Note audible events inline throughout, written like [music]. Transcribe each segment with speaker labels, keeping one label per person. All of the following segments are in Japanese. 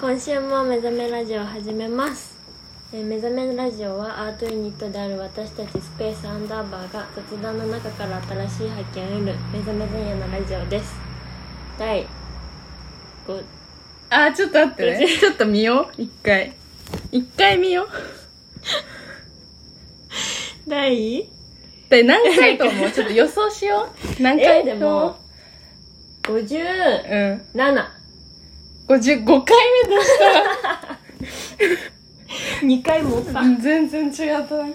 Speaker 1: 今週も目覚めラジオを始めます、えー目覚めラジオはアートユニットである私たちスペースアンダーバーが雑談の中から新しい発見を得る目覚め前夜のラジオです第5
Speaker 2: あーちょっと待ってねちょっと見よう一回一回見よう
Speaker 1: 第
Speaker 2: で何回と思うちょっと予想しよう何回
Speaker 1: えでも57
Speaker 2: うん55回目でし
Speaker 1: 2回も
Speaker 2: [laughs] た全然違ったはい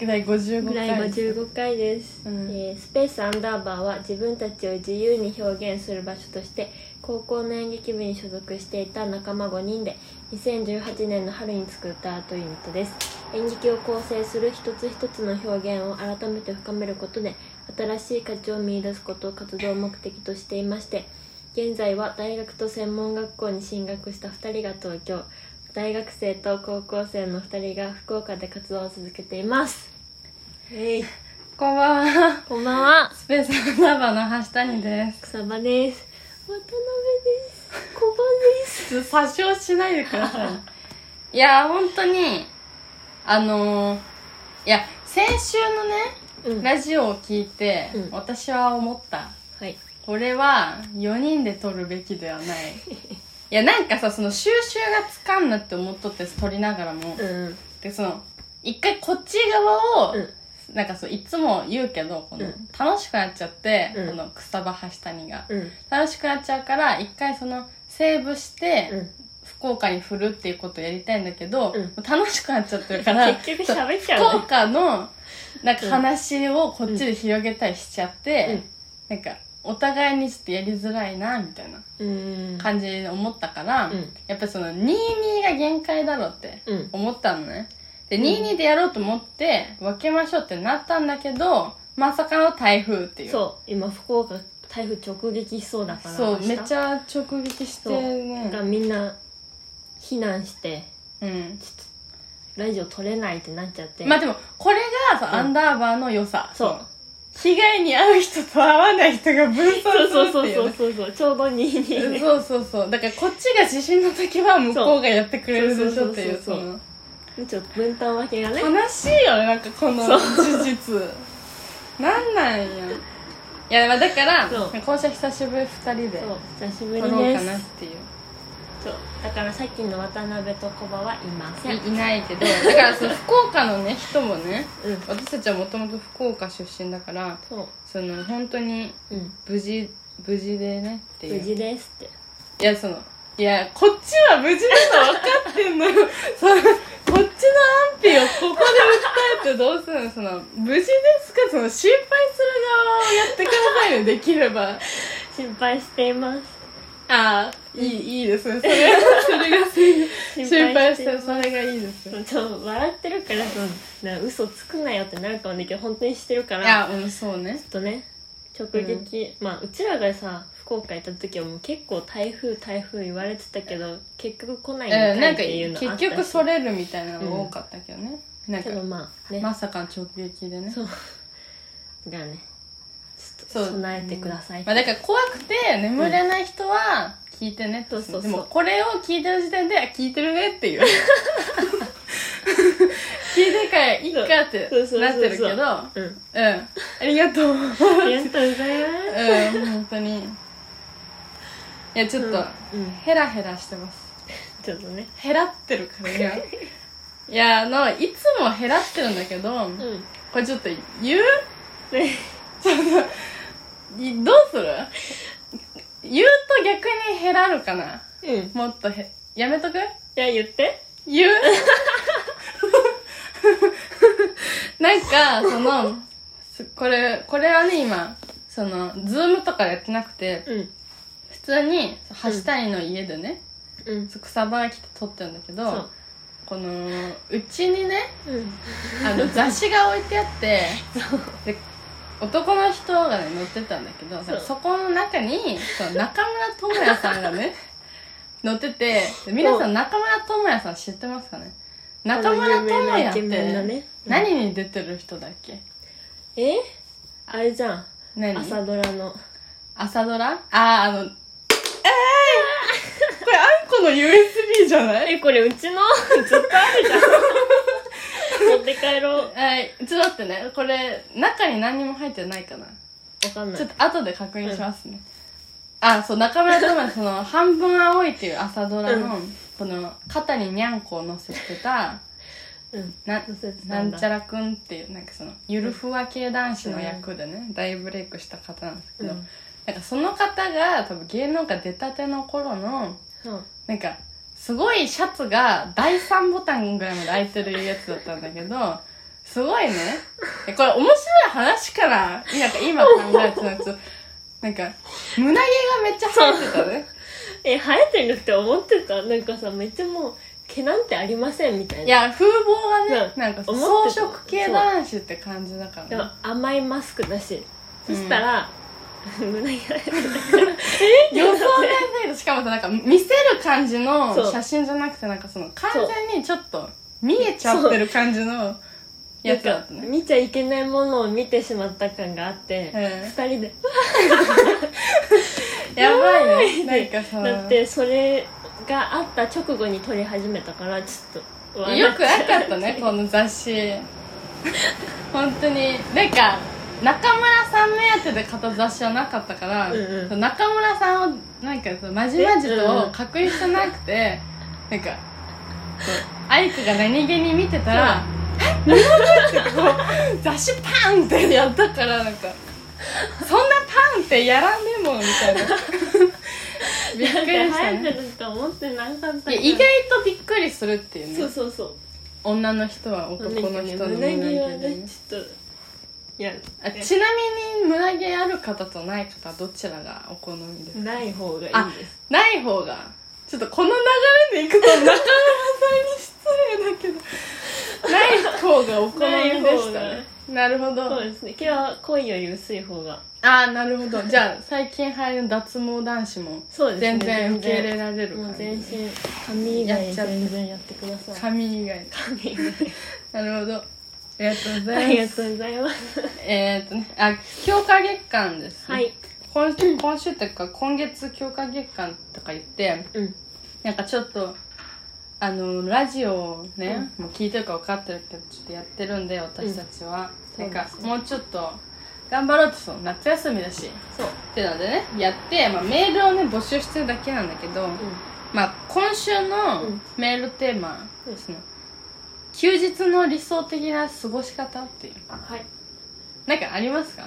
Speaker 2: 第55回
Speaker 1: 第55回です、
Speaker 2: うん
Speaker 1: えースペースアンダーバーは自分たちを自由に表現する場所として高校の演劇部に所属していた仲間5人で2018年の春に作ったアートユニットです演劇を構成する一つ一つの表現を改めて深めることで新しい価値を見出すことを活動目的としていまして現在は大学と専門学校に進学した2人が東京大学生と高校生の2人が福岡で活動を続けていますえい
Speaker 2: こんばんは
Speaker 1: こんばんは
Speaker 2: スペースアンダーバーの橋谷です
Speaker 1: 草場です渡辺です小判です
Speaker 2: ちょっと殺傷しないでく [laughs] ださいいやー本当にあのー、いや先週のね
Speaker 1: うんは
Speaker 2: ラジオを聞いて、
Speaker 1: うん
Speaker 2: 私は思った
Speaker 1: い
Speaker 2: これは4人で撮るべきでは
Speaker 1: [laughs]
Speaker 2: ないいやなんかさその収集がつかんなって思っとって撮りながらも、
Speaker 1: うん
Speaker 2: でその一回こっち側を、
Speaker 1: うん
Speaker 2: なんかそういつも言うけどこの、
Speaker 1: うん
Speaker 2: 楽しくなっちゃって、
Speaker 1: うん
Speaker 2: この草場橋谷が
Speaker 1: うん
Speaker 2: 楽しくなっちゃうから一回そのセーブして、
Speaker 1: うん
Speaker 2: 福岡に振るっていうことをやりたいんだけど、
Speaker 1: うん
Speaker 2: もう楽しくなっちゃって
Speaker 1: [laughs]
Speaker 2: るから
Speaker 1: 結局喋っちゃ
Speaker 2: 福
Speaker 1: うね
Speaker 2: 岡のなんか話をこっちで広げたりしちゃって、なんかお互いにちょっとやりづらいなみたいな
Speaker 1: うん
Speaker 2: 感じで思ったから、
Speaker 1: うん
Speaker 2: やっぱその22が限界だろうって
Speaker 1: うん
Speaker 2: 思ったのねで22でやろうと思って分けましょうってなったんだけどまさかの台風っていう
Speaker 1: そう今福岡台風直撃しそうだから
Speaker 2: そう
Speaker 1: 明日
Speaker 2: めっちゃ直撃して
Speaker 1: なんか
Speaker 2: ね
Speaker 1: みんな避難して
Speaker 2: うん
Speaker 1: ラジオ撮れないってなっちゃって、
Speaker 2: まあでもこれがさ、
Speaker 1: うん
Speaker 2: アンダーバーの良さ
Speaker 1: そう
Speaker 2: 被害に遭う人と遭わない人が分散する
Speaker 1: そうそう
Speaker 2: って
Speaker 1: そう
Speaker 2: いう
Speaker 1: そうそ
Speaker 2: ね
Speaker 1: うそうちょうど22で
Speaker 2: そうそうそうだからこっちが地震の時は向こうがやってくれるでしょっていう
Speaker 1: そ
Speaker 2: そう
Speaker 1: そう
Speaker 2: の
Speaker 1: ちょっと分担分けがね
Speaker 2: 悲しいよねなんかこの
Speaker 1: そう
Speaker 2: 事実なんなんやいやまあだから
Speaker 1: そう
Speaker 2: 今週は久しぶり2人で
Speaker 1: そう久しぶ
Speaker 2: 撮
Speaker 1: り
Speaker 2: ろう
Speaker 1: で
Speaker 2: か
Speaker 1: す
Speaker 2: なっていう
Speaker 1: そうだからさっきの渡辺と小葉はいません
Speaker 2: いいないけどだからその福岡のね [laughs] 人もね
Speaker 1: うん
Speaker 2: 私たちはもともと福岡出身だから
Speaker 1: そう
Speaker 2: その本当に
Speaker 1: うん
Speaker 2: 無事無事でねってい
Speaker 1: 無
Speaker 2: う
Speaker 1: 事ですって
Speaker 2: いやそのいやこっちは無事なの分かってんのよ [laughs] そのこっちの安否をここで訴えてどうするの [laughs] その無事ですかその心配する側をやってくださいねできれば
Speaker 1: 心配しています
Speaker 2: ああいいいいです
Speaker 1: [laughs]
Speaker 2: ねそれがそれが
Speaker 1: 心
Speaker 2: 心配して
Speaker 1: いま
Speaker 2: る
Speaker 1: す
Speaker 2: それがいいですい
Speaker 1: ちょっと笑ってるからそのな嘘つくなよってなるかもねけど本当にしてるから
Speaker 2: やうんそうね
Speaker 1: ちょっとね直撃、まあうちらがさ福岡行った時はもう結構台風台風言われてたけど結局来ない
Speaker 2: うん
Speaker 1: みた
Speaker 2: ないん
Speaker 1: っ
Speaker 2: か
Speaker 1: ていうのあった
Speaker 2: 結
Speaker 1: し
Speaker 2: 局それるみたいなのが多かったけどね、なんか
Speaker 1: けどまあね、
Speaker 2: まさかの直撃でね
Speaker 1: そうがねちょっ
Speaker 2: そう
Speaker 1: と備えてください
Speaker 2: まあ、だから怖くて眠れない人は聞いてねって、
Speaker 1: うんそうそうそう
Speaker 2: でもこれを聞いてる時点であ聞いてるね
Speaker 1: [laughs]
Speaker 2: っていう聞いてるからいいかって
Speaker 1: そうそうそうそう
Speaker 2: なってるけどうんあ
Speaker 1: うん
Speaker 2: りがとううん
Speaker 1: ありがとうございます
Speaker 2: 本当にいやちょっと、
Speaker 1: うんうん
Speaker 2: ヘラヘラしてます
Speaker 1: ちょっとね
Speaker 2: ヘラってるからね
Speaker 1: [laughs]
Speaker 2: いやあのいつもヘラってるんだけど、
Speaker 1: うん
Speaker 2: これちょっと言う
Speaker 1: ね
Speaker 2: いどうする言うと逆に減らるかな
Speaker 1: うん
Speaker 2: もっとへやめとく
Speaker 1: じゃあ言って
Speaker 2: 言うなんかそのすこれこれはね今そのズームとかやってなくて
Speaker 1: うん
Speaker 2: 普通に橋谷の家でね、
Speaker 1: うん
Speaker 2: 草場が来て撮ってるんだけ
Speaker 1: そ
Speaker 2: ど
Speaker 1: う
Speaker 2: このうちにね
Speaker 1: うん
Speaker 2: あの雑誌が置いてあってで男の人がね乗ってたんだけど
Speaker 1: そう
Speaker 2: そこの中にその中村倫也さんが
Speaker 1: [laughs]
Speaker 2: ね乗っててで皆さ
Speaker 1: うん
Speaker 2: 中村倫也さん知ってますかね中村倫也
Speaker 1: あの有名なイケメンの
Speaker 2: って、
Speaker 1: ね
Speaker 2: 何に出てる人だっけ
Speaker 1: えあれじゃん
Speaker 2: 何朝
Speaker 1: 朝ドラの
Speaker 2: ドラあああのえー、これあんこの USB じゃない
Speaker 1: えこれうちのずっとあるじゃ
Speaker 2: [laughs]
Speaker 1: ん持って帰ろう
Speaker 2: はい、ちょっと待ってね。これ、中に何にも入ってないかな。
Speaker 1: わかんな
Speaker 2: ちょっ
Speaker 1: い
Speaker 2: と後で確認しますね。あ、そう、中村智也、その、半分青いっていう朝ドラの、この、肩ににゃんこを乗せてた、
Speaker 1: うん
Speaker 2: な
Speaker 1: 乗せてた
Speaker 2: なん
Speaker 1: だ
Speaker 2: んちゃらくんっていう、なんかその、ゆるふわ系男子の役でね、大ブレイクした方なんですけ
Speaker 1: うん
Speaker 2: ど、なんかその方が、多分芸能界出たての頃の、
Speaker 1: うん
Speaker 2: なんか、すごいシャツが第3ボタンぐらいまで開いてるやつだったんだけど、すご [laughs] いね。えこれ面白い話かななんか今考えてたやつ。なんか、胸毛がめっちゃ生えてたね。
Speaker 1: え生えてるって思ってたなんかさめっちゃもう毛なんてありませんみたいない
Speaker 2: や、風貌がね、
Speaker 1: うん
Speaker 2: なんか
Speaker 1: 思っ
Speaker 2: 装
Speaker 1: てた
Speaker 2: 飾系男子って感じだか
Speaker 1: でも
Speaker 2: らね。
Speaker 1: 甘いマスクだしそ
Speaker 2: うん
Speaker 1: したら、 [laughs] 胸毛生えて
Speaker 2: [laughs]
Speaker 1: る
Speaker 2: 予想外すぎる。しかもさ、なんか見せる感じの
Speaker 1: そう
Speaker 2: 写真じゃなくて、なんかその完全にちょっと見えちゃってる感じのやつだった
Speaker 1: なんか
Speaker 2: ね。
Speaker 1: 見ちゃいけないものを見てしまった感があって、
Speaker 2: うん
Speaker 1: 二人で
Speaker 2: やばいね。なんかさ。
Speaker 1: だってそれがあった直後に撮り始めたからちょっと笑っ
Speaker 2: よく
Speaker 1: ちゃう
Speaker 2: なかった
Speaker 1: [laughs]
Speaker 2: ねこの雑誌本当になんか中村さん目当てで買った雑誌はなかったから、
Speaker 1: うんう
Speaker 2: 中村さんをなんかそうまじまじと隠してなくて、なんかこうアイクが何気に見てたら「
Speaker 1: [laughs]
Speaker 2: えっ何ってこう雑誌パンってやったからなんかそんなパンってやらんでもみ
Speaker 1: [laughs]
Speaker 2: たいなびっ
Speaker 1: なん
Speaker 2: く
Speaker 1: か
Speaker 2: りした
Speaker 1: 生え
Speaker 2: ね
Speaker 1: てると思ってなかったか
Speaker 2: い
Speaker 1: ら
Speaker 2: や意外とびっくりするっていうね
Speaker 1: そうそうそう
Speaker 2: 女の人は男の人
Speaker 1: 胸毛
Speaker 2: の
Speaker 1: は
Speaker 2: 毛
Speaker 1: ね
Speaker 2: でね
Speaker 1: ちょっといや
Speaker 2: あちなみに胸毛ある方とない方どちらがお好みですか
Speaker 1: ない方がいいです
Speaker 2: ない方がちょっとこの流れでいくと中村さんに失礼だけどない方がお好みでした
Speaker 1: ない
Speaker 2: ねなるほど
Speaker 1: そうですね毛は濃いより薄い方が
Speaker 2: ああなるほどじゃあ最近流行る脱毛男子も
Speaker 1: そうですね
Speaker 2: 全然受け入れられる
Speaker 1: もう
Speaker 2: 感
Speaker 1: 全身
Speaker 2: じ
Speaker 1: 髪以
Speaker 2: や
Speaker 1: 外
Speaker 2: っちゃって
Speaker 1: 全然やってください
Speaker 2: 髪以外
Speaker 1: 髪以外
Speaker 2: なるほどありがとう
Speaker 1: [laughs]
Speaker 2: ご
Speaker 1: あ
Speaker 2: ざ
Speaker 1: り
Speaker 2: いま
Speaker 1: が
Speaker 2: す
Speaker 1: とうございます
Speaker 2: えーっとねあ強化月間ですね
Speaker 1: はい
Speaker 2: 今週今週というか今月強化月間とか言って
Speaker 1: うん
Speaker 2: なんかちょっとあのラジオをね、もう聞いてるか分かってるけどちょっとやってるんで私たちは、
Speaker 1: うん
Speaker 2: なん
Speaker 1: そう
Speaker 2: か
Speaker 1: ですね
Speaker 2: もうちょっと頑張ろうってその夏休みだしっ
Speaker 1: そう
Speaker 2: てのでねやって、まあ、メールをね募集してるだけなんだけど、まあ今週の
Speaker 1: うん
Speaker 2: メールテーマ、
Speaker 1: うん
Speaker 2: その休日の理想的な過ごし方っていう
Speaker 1: はい
Speaker 2: なんかありますか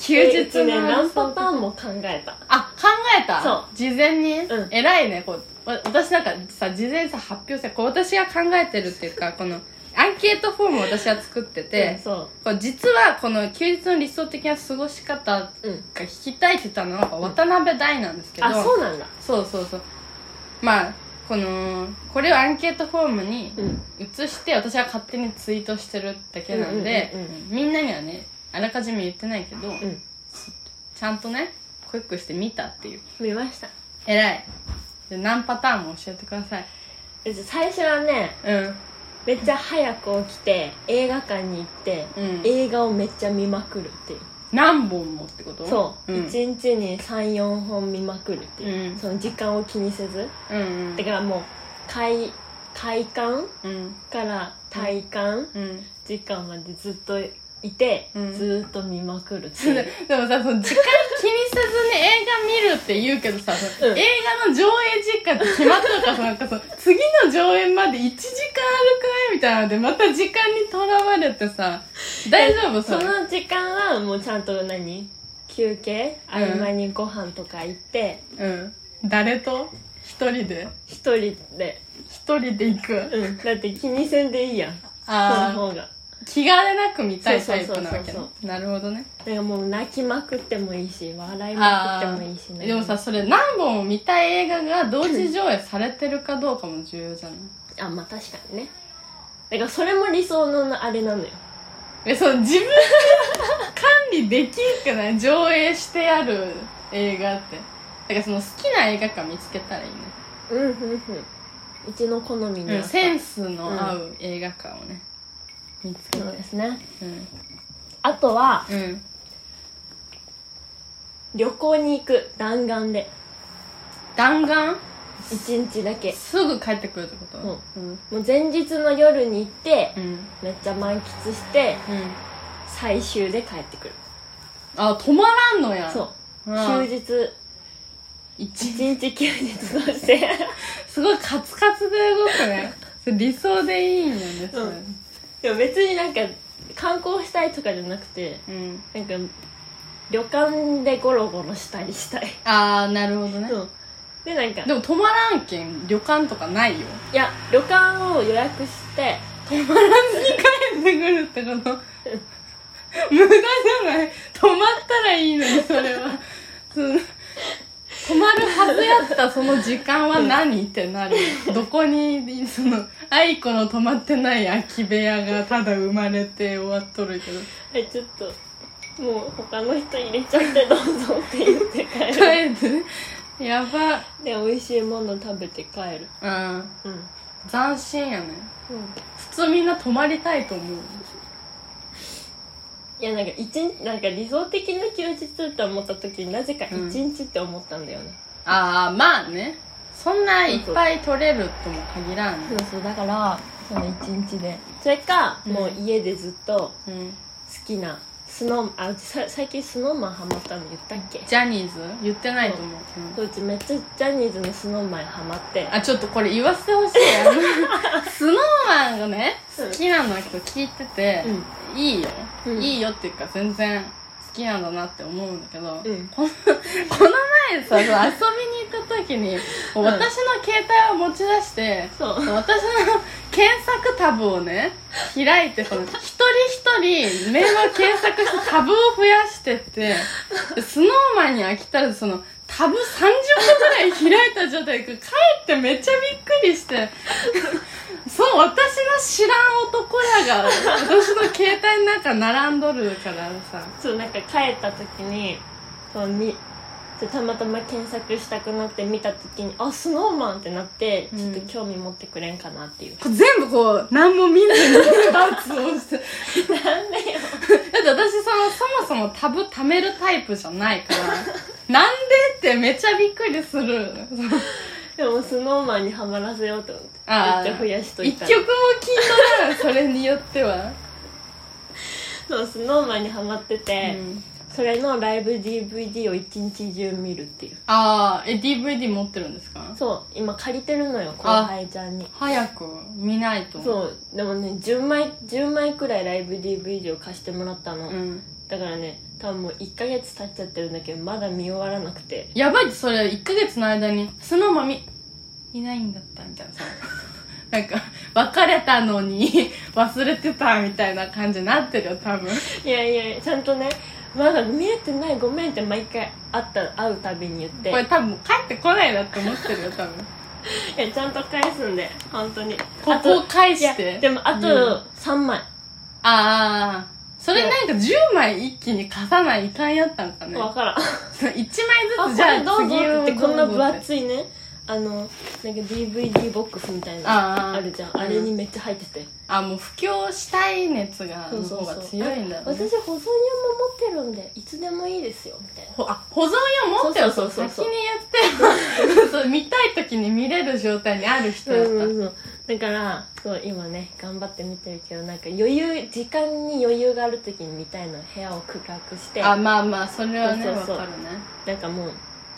Speaker 2: 休
Speaker 1: 休
Speaker 2: 日
Speaker 1: 日
Speaker 2: の
Speaker 1: ね何
Speaker 2: 理
Speaker 1: パ
Speaker 2: 想的
Speaker 1: ターンも考えた
Speaker 2: あ、考えた
Speaker 1: そ
Speaker 2: 事前に、
Speaker 1: うん
Speaker 2: 偉いね、こう。わ私なんかさ、事前にさ、発表して、こう私が考えてるっていうか、この、アンケートフォームを私は作って
Speaker 1: うん
Speaker 2: て、
Speaker 1: そ
Speaker 2: こう実はこの休日の理想的な過ごし方が
Speaker 1: ううん
Speaker 2: 聞きたいって言ったのは、渡辺大なんですけど、
Speaker 1: あそうなんだ
Speaker 2: そうそうそう。まあ、この、これをアンケートフォームに
Speaker 1: うん
Speaker 2: 移して、私は勝手にツイートしてるだけなんで、
Speaker 1: うんうんうん
Speaker 2: みんなにはね、あらかじめ言ってないけど、
Speaker 1: うん
Speaker 2: ちゃんとね、クリックして見たっていう。
Speaker 1: 見ました
Speaker 2: えらい。じゃあ何パターンも教えてください。
Speaker 1: え最初はね
Speaker 2: うん。
Speaker 1: めっちゃ早く起きて映画館に行って、
Speaker 2: うん
Speaker 1: 映画をめっちゃ見まくるっていう
Speaker 2: 何本もってこと
Speaker 1: そう、
Speaker 2: うん。
Speaker 1: 一日に34本見まくるっていう、
Speaker 2: うん
Speaker 1: その時間を気にせず
Speaker 2: うん
Speaker 1: だ。からもう快快感
Speaker 2: うん。
Speaker 1: から体感
Speaker 2: うん。
Speaker 1: 時間までずっといて、
Speaker 2: うん
Speaker 1: ずーっと見まくるって
Speaker 2: [laughs] で
Speaker 1: い
Speaker 2: も
Speaker 1: う
Speaker 2: さ、その時間気にせずに映画見るって言うけどさ、その
Speaker 1: うん
Speaker 2: 映画の上映時間って決まったのかさ、なんかその次の上映まで1時間あるくらいみたいなので、また時間にとらわれてさ、大丈夫そ
Speaker 1: そ
Speaker 2: れ。
Speaker 1: の時間はもうちゃんと何休憩合
Speaker 2: うん
Speaker 1: 間にご飯とか行って
Speaker 2: うん。誰と一人で
Speaker 1: 一人で、
Speaker 2: 一人で行く。
Speaker 1: うん、だって気にせんでいいやんその
Speaker 2: ああ、
Speaker 1: 方が
Speaker 2: 気兼ねなく見たいタイプな
Speaker 1: そう
Speaker 2: わ
Speaker 1: そうそ
Speaker 2: け
Speaker 1: うそう
Speaker 2: ね。なるほどね。
Speaker 1: なんかもう泣きまくってもいいし笑いまくってもいいし
Speaker 2: でもさそれ何本も見たい映画が同時上映されてるかどうかも重要じゃない
Speaker 1: あまあ確かにねだからそれも理想のあれなのよ
Speaker 2: [laughs] えその自分で管理できんくない上映してある映画ってだからその好きな映画館見つけたらいいね、
Speaker 1: うんうんうんうちの好みに合
Speaker 2: うん、
Speaker 1: った
Speaker 2: センスの合う映画館をね見つけて
Speaker 1: そうですね
Speaker 2: うん
Speaker 1: あとは
Speaker 2: うん
Speaker 1: 旅行に行く弾丸で
Speaker 2: 弾丸
Speaker 1: 一日だけ
Speaker 2: すぐ帰ってくるってことうん
Speaker 1: もう前日の夜に行って
Speaker 2: うん
Speaker 1: めっちゃ満喫して
Speaker 2: うん
Speaker 1: 最終で帰ってくる
Speaker 2: あ止まらんのや
Speaker 1: そう
Speaker 2: うん
Speaker 1: 休日
Speaker 2: 一
Speaker 1: 一日休日と [laughs] して
Speaker 2: すごいカツカツで動く [laughs] ねそれ理想でいいんやねそれ
Speaker 1: うでも別になんか観光したいとかじゃなくて
Speaker 2: うん
Speaker 1: なんか旅館でゴロゴロしたりしたい
Speaker 2: ああなるほどね
Speaker 1: そうでなんか
Speaker 2: でも泊まらんけん旅館とかないよ [laughs]
Speaker 1: いや旅館を予約して
Speaker 2: 帰ってくるってこと無駄じゃない泊まったらいいのにそれはその泊まるはずやったその時間は何ってなるどこにその愛子の泊まってない空き部屋がただ生まれて終わっとるけど
Speaker 1: えちょっともう他の人入れちゃってどうぞって言って帰 [laughs] る
Speaker 2: 帰ってねやば
Speaker 1: で美味しいもの食べて帰る
Speaker 2: うん
Speaker 1: うん、
Speaker 2: 斬新やね普通みんな泊まりたいと思う
Speaker 1: いやなんか一日なんか理想的な休日って思った時になぜか一日って思ったんだよね、
Speaker 2: ああまあねそんないっぱい取れるとも限らんね
Speaker 1: そうそうだからその一日でそれか、
Speaker 2: うん
Speaker 1: もう家でずっと好
Speaker 2: うん
Speaker 1: きなスノーあうちさ最近スノーマンハマったの言ったっけ
Speaker 2: ジャニーズ言ってないと思う
Speaker 1: そ
Speaker 2: けど
Speaker 1: ううちめっちゃジャニーズのスノーマンハマって
Speaker 2: あ、ちょっとこれ言わせてほしい。あのスノーマンがね、
Speaker 1: うん
Speaker 2: 好きなんだけど聞いてて、いいよ、
Speaker 1: うん
Speaker 2: いいよっていうか全然好きなんだなって思うんだけど、
Speaker 1: うん
Speaker 2: このこの前さ、そう遊びに行った時に、こう
Speaker 1: うん
Speaker 2: 私の携帯を持ち出して、
Speaker 1: そう
Speaker 2: 私の検索タブをね、開いて、その、一人一人、メールを検索してタブを増やしてって、でスノーマンに飽きたらず、その、タブ30個ぐらい開いた状態で、帰ってめっちゃびっくりして、その私の知らん男らが、私の携帯の中並んどるからさ、
Speaker 1: そうなんか帰った時にそうみそうたまたま検索したくなって見た時にあスノーマンってなって
Speaker 2: うん
Speaker 1: ちょっと興味持ってくれんかなっていう、
Speaker 2: こう全部こう、何も見ずに罰をして、
Speaker 1: [laughs] なんでよ
Speaker 2: だって私そのそもそもタブ貯めるタイプじゃないから
Speaker 1: [laughs]
Speaker 2: なんでってめちゃびっくりする
Speaker 1: でもスノーマンにはまらせようと思って
Speaker 2: あー
Speaker 1: めっちゃ増やしとい
Speaker 2: 一
Speaker 1: た
Speaker 2: 曲も聴いとらんそれによっては、
Speaker 1: そうスノーマンにはまってて、
Speaker 2: うん
Speaker 1: それのライブ DVD を一日中見るっていう
Speaker 2: ああえ DVD 持ってるんですか
Speaker 1: そう今借りてるのよ後
Speaker 2: あ
Speaker 1: 輩ちゃんに
Speaker 2: 早く見ないと
Speaker 1: そうでもね10枚10枚くらいライブ DVD を貸してもらったの、
Speaker 2: ん、
Speaker 1: だからね多分もう1ヶ月経っちゃってるんだけどまだ見終わらなくて
Speaker 2: やばいってそれ1ヶ月の間にスノーマンみいないんだったみたい
Speaker 1: [laughs]
Speaker 2: なさなんか別れたのに忘れてたみたいな感じになってるよ多分
Speaker 1: いやいやいやちゃんとねまだ見えてないごめんって毎回会った会うたびに言って
Speaker 2: これ多分帰ってこないなって思ってるよ多分
Speaker 1: いやちゃんと返すんで本当に
Speaker 2: こ
Speaker 1: あ
Speaker 2: こを
Speaker 1: と
Speaker 2: 返し
Speaker 1: いや
Speaker 2: て
Speaker 1: でもあと
Speaker 2: うん
Speaker 1: 3枚、
Speaker 2: ああそれなんか10枚一気に貸さないかんやったんかね
Speaker 1: わ分からん
Speaker 2: その1枚
Speaker 1: あ
Speaker 2: ずつ
Speaker 1: こ
Speaker 2: じゃあ
Speaker 1: れどうぞ
Speaker 2: 次を
Speaker 1: ってこんな
Speaker 2: ど
Speaker 1: 分
Speaker 2: うぞって
Speaker 1: 厚いねあのなんか DVD ボックスみたいな
Speaker 2: あー
Speaker 1: あるじゃんあれにめっちゃ入ってて
Speaker 2: あもう布教したい熱が
Speaker 1: そ
Speaker 2: の
Speaker 1: うそう
Speaker 2: 方
Speaker 1: そう
Speaker 2: が強いんだろうね
Speaker 1: 私保存用も持ってるんでいつでもいいですよみたいな
Speaker 2: ほあ保存用持ってよ
Speaker 1: そうそうそうそう
Speaker 2: 先に言って [laughs] そう見たい時に見れる状態にある人やった、
Speaker 1: うんうんうんだからそう今ね頑張って見てるけどなんか余裕時間に余裕がある時に見たいの部屋を暗くして
Speaker 2: あ
Speaker 1: な
Speaker 2: まあまあそれはね
Speaker 1: そうそ
Speaker 2: わ
Speaker 1: うそう
Speaker 2: かるね
Speaker 1: んかもう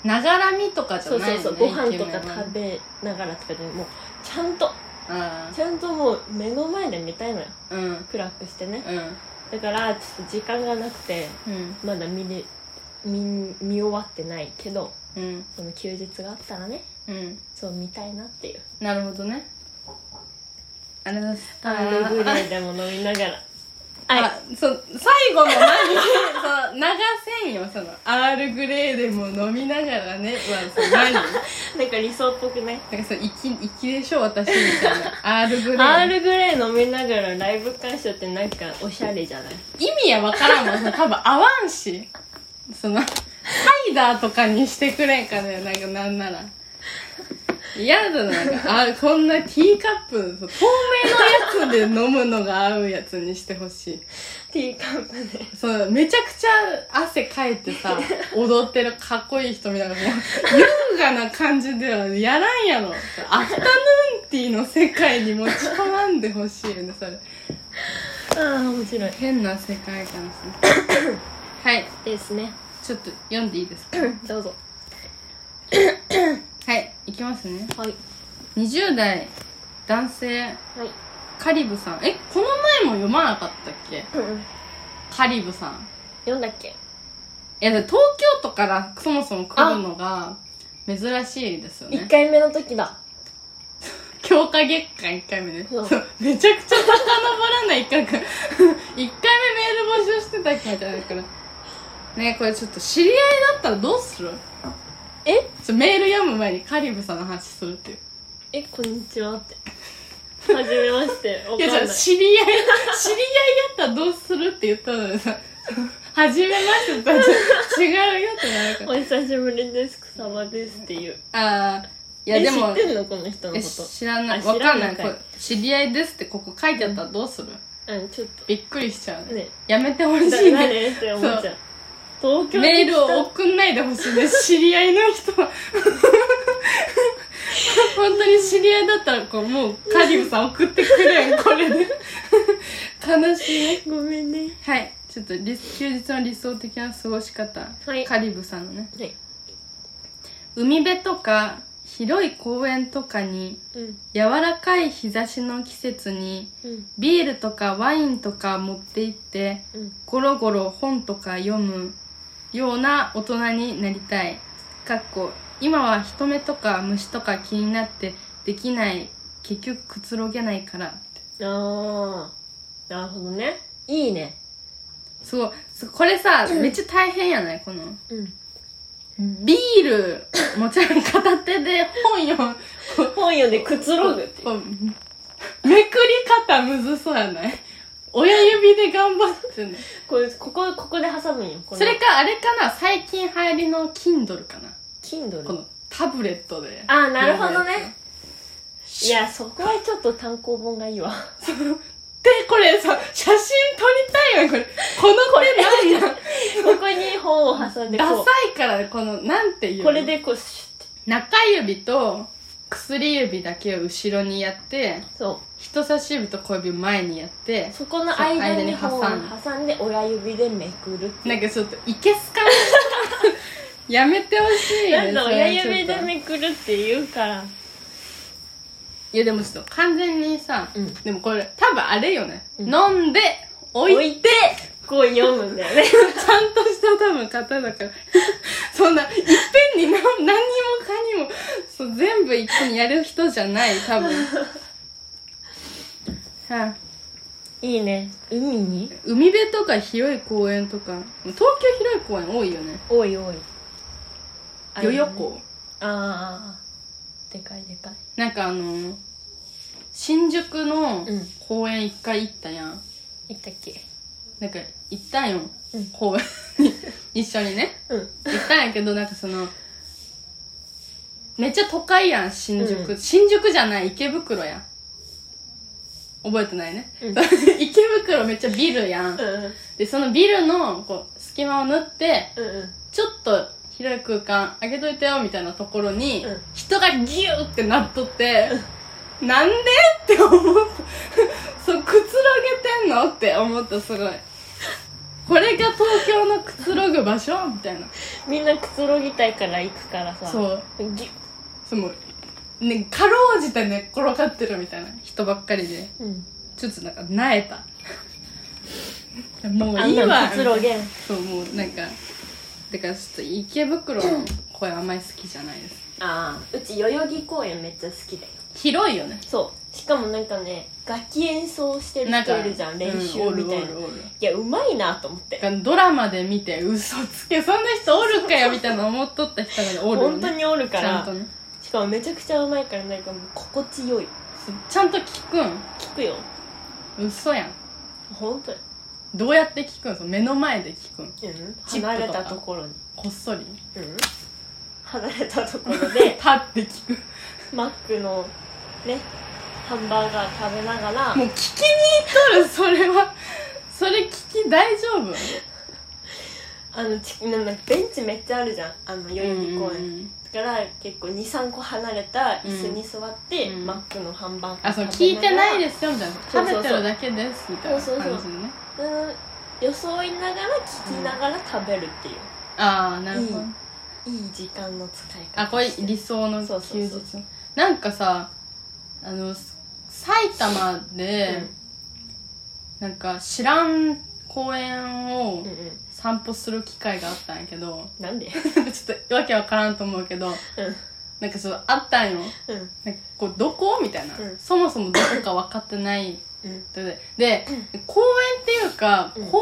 Speaker 2: ながらみとかじゃ
Speaker 1: そう
Speaker 2: ない
Speaker 1: そう
Speaker 2: よね
Speaker 1: そうご飯
Speaker 2: イ
Speaker 1: と
Speaker 2: ケメン
Speaker 1: か
Speaker 2: は
Speaker 1: 食べながらとかでもうちゃんと
Speaker 2: あ
Speaker 1: ちゃんともう目の前で見たいのよ
Speaker 2: ーうん
Speaker 1: 暗くしてね
Speaker 2: う
Speaker 1: だ
Speaker 2: ん
Speaker 1: からちょっと時間がなくて
Speaker 2: うん
Speaker 1: まだ見れ見見終わってないけど
Speaker 2: うん
Speaker 1: その休日があったらね
Speaker 2: うん
Speaker 1: そう見たいなっていう
Speaker 2: なるほどねあれだした
Speaker 1: あのブルーでも飲みながらはい
Speaker 2: あ、そ、最後の何その、流せんよ、その、アールグレーでも飲みながらね、は、その何なんか
Speaker 1: なんか理想っぽくね
Speaker 2: その、粋、粋でしょ、私、みたいな。アールグレ
Speaker 1: アー
Speaker 2: ー。
Speaker 1: ルグレー飲みながらライブ鑑賞ってなんかおしゃれじゃない
Speaker 2: 意味はわからんもん、その多分合わんし。その、サイダーとかにしてくれんかね、なんかなんなら。嫌だな、なんか、あ、こんなティーカップ、そう透明のやつで飲むのが合うやつにしてほしい。
Speaker 1: ティーカップで
Speaker 2: そのめちゃくちゃ汗かいてさ踊ってるかっこいい人みたいなもう優雅な感じではやらんやろアフタヌーンティーの世界に持ち込まんでほしいよねそれ
Speaker 1: ああ面白い
Speaker 2: 変な世界観ですねはい
Speaker 1: ですね
Speaker 2: ちょっと読んでいいですか
Speaker 1: どうぞ
Speaker 2: はいいきますね
Speaker 1: はい
Speaker 2: 20代男性
Speaker 1: はい
Speaker 2: カリブさんえこの前も読まなかったっけ
Speaker 1: うんうん
Speaker 2: カリブさん
Speaker 1: 読んだっけ
Speaker 2: いやで東京都からそもそも来るのが珍しいです
Speaker 1: 1
Speaker 2: よね
Speaker 1: 回目の時だ
Speaker 2: 強化月間1回目ね。そ
Speaker 1: そう
Speaker 2: う。めちゃくちゃ遡らないかが。1回 [laughs] 目メール募集してたっけみたいだから。ねこれちょっと知り合いだったらどうする
Speaker 1: え
Speaker 2: ちょメール読む前にカリブさんの話するっていう。
Speaker 1: えこんにちはってはじめましてわ
Speaker 2: いや、
Speaker 1: か
Speaker 2: じ
Speaker 1: ん
Speaker 2: ゃ
Speaker 1: ない
Speaker 2: 知り合い、 [laughs] 知り合いだったらどうするって言ったのにさ、はじめましてとは違うよってなるか
Speaker 1: お久しぶりです草場ですっていう
Speaker 2: ら。あー、い
Speaker 1: い
Speaker 2: やでも、
Speaker 1: 知ってんのこの人の
Speaker 2: え
Speaker 1: こ
Speaker 2: 知らない。
Speaker 1: あ
Speaker 2: わ
Speaker 1: 知
Speaker 2: からん
Speaker 1: な
Speaker 2: ないい。これ知り合いですってここ書いてあったらどうする
Speaker 1: とうんちょっ
Speaker 2: びっくりしちゃう
Speaker 1: と
Speaker 2: ね。
Speaker 1: ね
Speaker 2: やめてほしい
Speaker 1: 誰
Speaker 2: ね。
Speaker 1: 誰って思っちゃう東京
Speaker 2: メ
Speaker 1: に
Speaker 2: ー
Speaker 1: 来
Speaker 2: ル
Speaker 1: た
Speaker 2: を送んないでほしいです。知り合いの [laughs] 人は。本当に知り合いだったら、こう、もう、カリブさん送ってくれん、これで。悲しいね。
Speaker 1: ごめんね
Speaker 2: はい。ちょっとリス、休日の理想的な過ごし方。
Speaker 1: はい
Speaker 2: カリブさんのね。
Speaker 1: はい
Speaker 2: 海辺とか、広い公園とかに、
Speaker 1: うん
Speaker 2: 柔らかい日差しの季節に、
Speaker 1: うん
Speaker 2: ビールとかワインとか持って行って、
Speaker 1: うん
Speaker 2: ゴロゴロ本とか読むような大人になりたい。かっこ今は人目とか虫とか気になってできない結局くつろげないから
Speaker 1: ああなるほどねいいね
Speaker 2: すごいすこれさ、めっちゃ大変やないこの
Speaker 1: うん
Speaker 2: ビールもちろん片手で本読む
Speaker 1: 本読んでくつろぐっていう
Speaker 2: こうめくり方むずそうやない親指で頑張ってね
Speaker 1: これここここで挟むんよこの
Speaker 2: それかあれかな最近流行りの Kindle かな
Speaker 1: Kindle
Speaker 2: このタブレットで
Speaker 1: あーなるほどねい
Speaker 2: いや
Speaker 1: やそこはちょっと単行本がいいわ
Speaker 2: でこれさ写真撮りたいよねこれこのこれなんや
Speaker 1: ここに本を挟んで
Speaker 2: ダサ
Speaker 1: こ
Speaker 2: いからこのなんて
Speaker 1: う
Speaker 2: いうの
Speaker 1: これでこうシュッて
Speaker 2: 中指と薬指だけを後ろにやって
Speaker 1: そ
Speaker 2: 人差し指と小指を前にやって
Speaker 1: うそこの間に
Speaker 2: そう
Speaker 1: 本を
Speaker 2: 間に挟
Speaker 1: 挟んで親指でめくるって
Speaker 2: ないん
Speaker 1: う
Speaker 2: かちょっといけす
Speaker 1: [laughs]
Speaker 2: かんやめてほしい
Speaker 1: な
Speaker 2: ね
Speaker 1: んだ
Speaker 2: それは
Speaker 1: 親
Speaker 2: ちょっと
Speaker 1: 指でめくるって言うから
Speaker 2: いやでもちょっと完全にさ、
Speaker 1: うん
Speaker 2: でもこれ多分あれよね、
Speaker 1: うん
Speaker 2: 飲んで置いて
Speaker 1: いてこう読むんだよね
Speaker 2: ちゃんとした多分方だから。 [laughs] そんな、いっぺんに何何にもかにも、そう全部一気にやる人じゃない、多分。 [laughs] はい
Speaker 1: いね海に
Speaker 2: 海辺とか広い公園とか、東京広い公園多いよね。
Speaker 1: おいおい
Speaker 2: 代々港。
Speaker 1: ああでかいでかい
Speaker 2: なんかあの、新宿
Speaker 1: う
Speaker 2: の
Speaker 1: ん
Speaker 2: 公園一回行ったやん。
Speaker 1: 行ったっけ
Speaker 2: なんか行ったんよ、
Speaker 1: うん
Speaker 2: 公園に。 [laughs] 一緒にね。
Speaker 1: うん
Speaker 2: 行ったんやけどなんかそのめっちゃ都会やん新宿、
Speaker 1: うん
Speaker 2: 新宿じゃない池袋やん覚えてないね、
Speaker 1: うん
Speaker 2: [laughs] 池袋めっちゃビルやん
Speaker 1: うん
Speaker 2: でそのビルのこう隙間を縫って
Speaker 1: うんうん
Speaker 2: ちょっと広い空間開けといてよみたいなところに、
Speaker 1: うん
Speaker 2: 人がギューってなっとって、なんでって思ったそうくつろげてんのって思ったすごいこれが東京のくつろぐ場所みたいな
Speaker 1: みんなくつろぎたいから行くからさ
Speaker 2: そう
Speaker 1: ぎゅ
Speaker 2: そのねかろうじて寝っ転がってるみたいな人ばっかりで
Speaker 1: うん
Speaker 2: ちょっとなんかなえたもう
Speaker 1: あ
Speaker 2: い
Speaker 1: ん
Speaker 2: い
Speaker 1: な
Speaker 2: わ
Speaker 1: のくつろげん
Speaker 2: そうもうなんかだからちょっと池袋の声あんまり好きじゃないです
Speaker 1: ああうち代々木公園めっちゃ好きだよ
Speaker 2: 広いよね
Speaker 1: そうしかもなんかね楽器演奏してる
Speaker 2: なんか
Speaker 1: 人いるじゃん練
Speaker 2: う
Speaker 1: 習
Speaker 2: んおる
Speaker 1: みたいな、
Speaker 2: おるおる
Speaker 1: いやうまいなと思って
Speaker 2: なんかドラマで見て嘘つけそんな人おるかよみたいな思っとった人がねおるよね
Speaker 1: 本当におるか
Speaker 2: ちゃん
Speaker 1: ら
Speaker 2: とね
Speaker 1: しかもめちゃくちゃうまいからなんかもう心地よい
Speaker 2: そうちゃんと聞く
Speaker 1: 聞くよ
Speaker 2: ん嘘やん
Speaker 1: 本当に
Speaker 2: どうやって聞くんその目の前で聞くん
Speaker 1: うん
Speaker 2: チップとか
Speaker 1: 離れたところに
Speaker 2: こっそり
Speaker 1: うん離れたところ
Speaker 2: 立 [laughs]
Speaker 1: で
Speaker 2: って聞く
Speaker 1: マックのねハンバーガー食べながら
Speaker 2: もう聞きに行っとる、それは。それ聞き大丈夫
Speaker 1: あのちなんだベンチめっちゃあるじゃんあの代々木公園、だから結構23個離れた椅子に座って、
Speaker 2: うん
Speaker 1: マックの販売
Speaker 2: あそう聞いてない
Speaker 1: で
Speaker 2: ですよみたいな
Speaker 1: そう
Speaker 2: 食
Speaker 1: そうそう
Speaker 2: べてるだけですみたいな
Speaker 1: そうそうそう
Speaker 2: 感じのね
Speaker 1: うん装いながら聞きながら食べるっていう、
Speaker 2: ああなるほど
Speaker 1: いいいい時間の使い方
Speaker 2: あこれ
Speaker 1: してる
Speaker 2: 理想の
Speaker 1: そうそう
Speaker 2: 休
Speaker 1: そう
Speaker 2: 日なんかさあの埼玉で、なんか知らん公園
Speaker 1: うん
Speaker 2: を
Speaker 1: うんうん
Speaker 2: 散歩する機会があったんやけど
Speaker 1: なんで
Speaker 2: ちょっとわけわからんと思うけどなんかそうあったんよ
Speaker 1: うんうん
Speaker 2: なんかこうどこみたいな、
Speaker 1: うん
Speaker 2: そもそもどこか分かってない
Speaker 1: うん
Speaker 2: でで公園っていうか、
Speaker 1: うん
Speaker 2: 公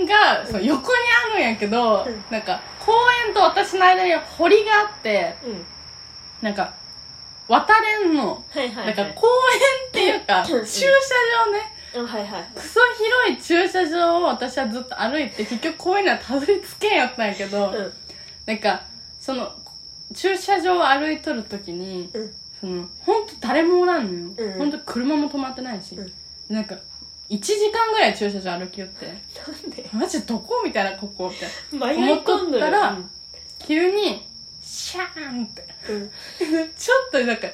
Speaker 2: 園がその横にあるんやけど、
Speaker 1: うん
Speaker 2: なんか公園と私の間に堀があって
Speaker 1: うん
Speaker 2: なんか渡れんの、
Speaker 1: はいはいはい
Speaker 2: なんか公園っていうか、
Speaker 1: うん
Speaker 2: 駐車場ね
Speaker 1: うんはいはい
Speaker 2: クソ広い駐車場を私はずっと歩いて結局公園にはたどり着けんやったんやけ
Speaker 1: う
Speaker 2: ど、
Speaker 1: ん
Speaker 2: なんかその駐車場を歩いとる時に、
Speaker 1: うん
Speaker 2: その本当誰もおらんの
Speaker 1: うんう
Speaker 2: よ、
Speaker 1: ん
Speaker 2: ほん、本当車も止まってないし、
Speaker 1: うん
Speaker 2: なんか1時間ぐらい駐車場歩きよって
Speaker 1: なんで
Speaker 2: マジどこみたいなここみたいな
Speaker 1: 迷い込んど
Speaker 2: 思っと
Speaker 1: る
Speaker 2: ったら
Speaker 1: うん
Speaker 2: 急にシャーンって
Speaker 1: うん
Speaker 2: ちょっとなんか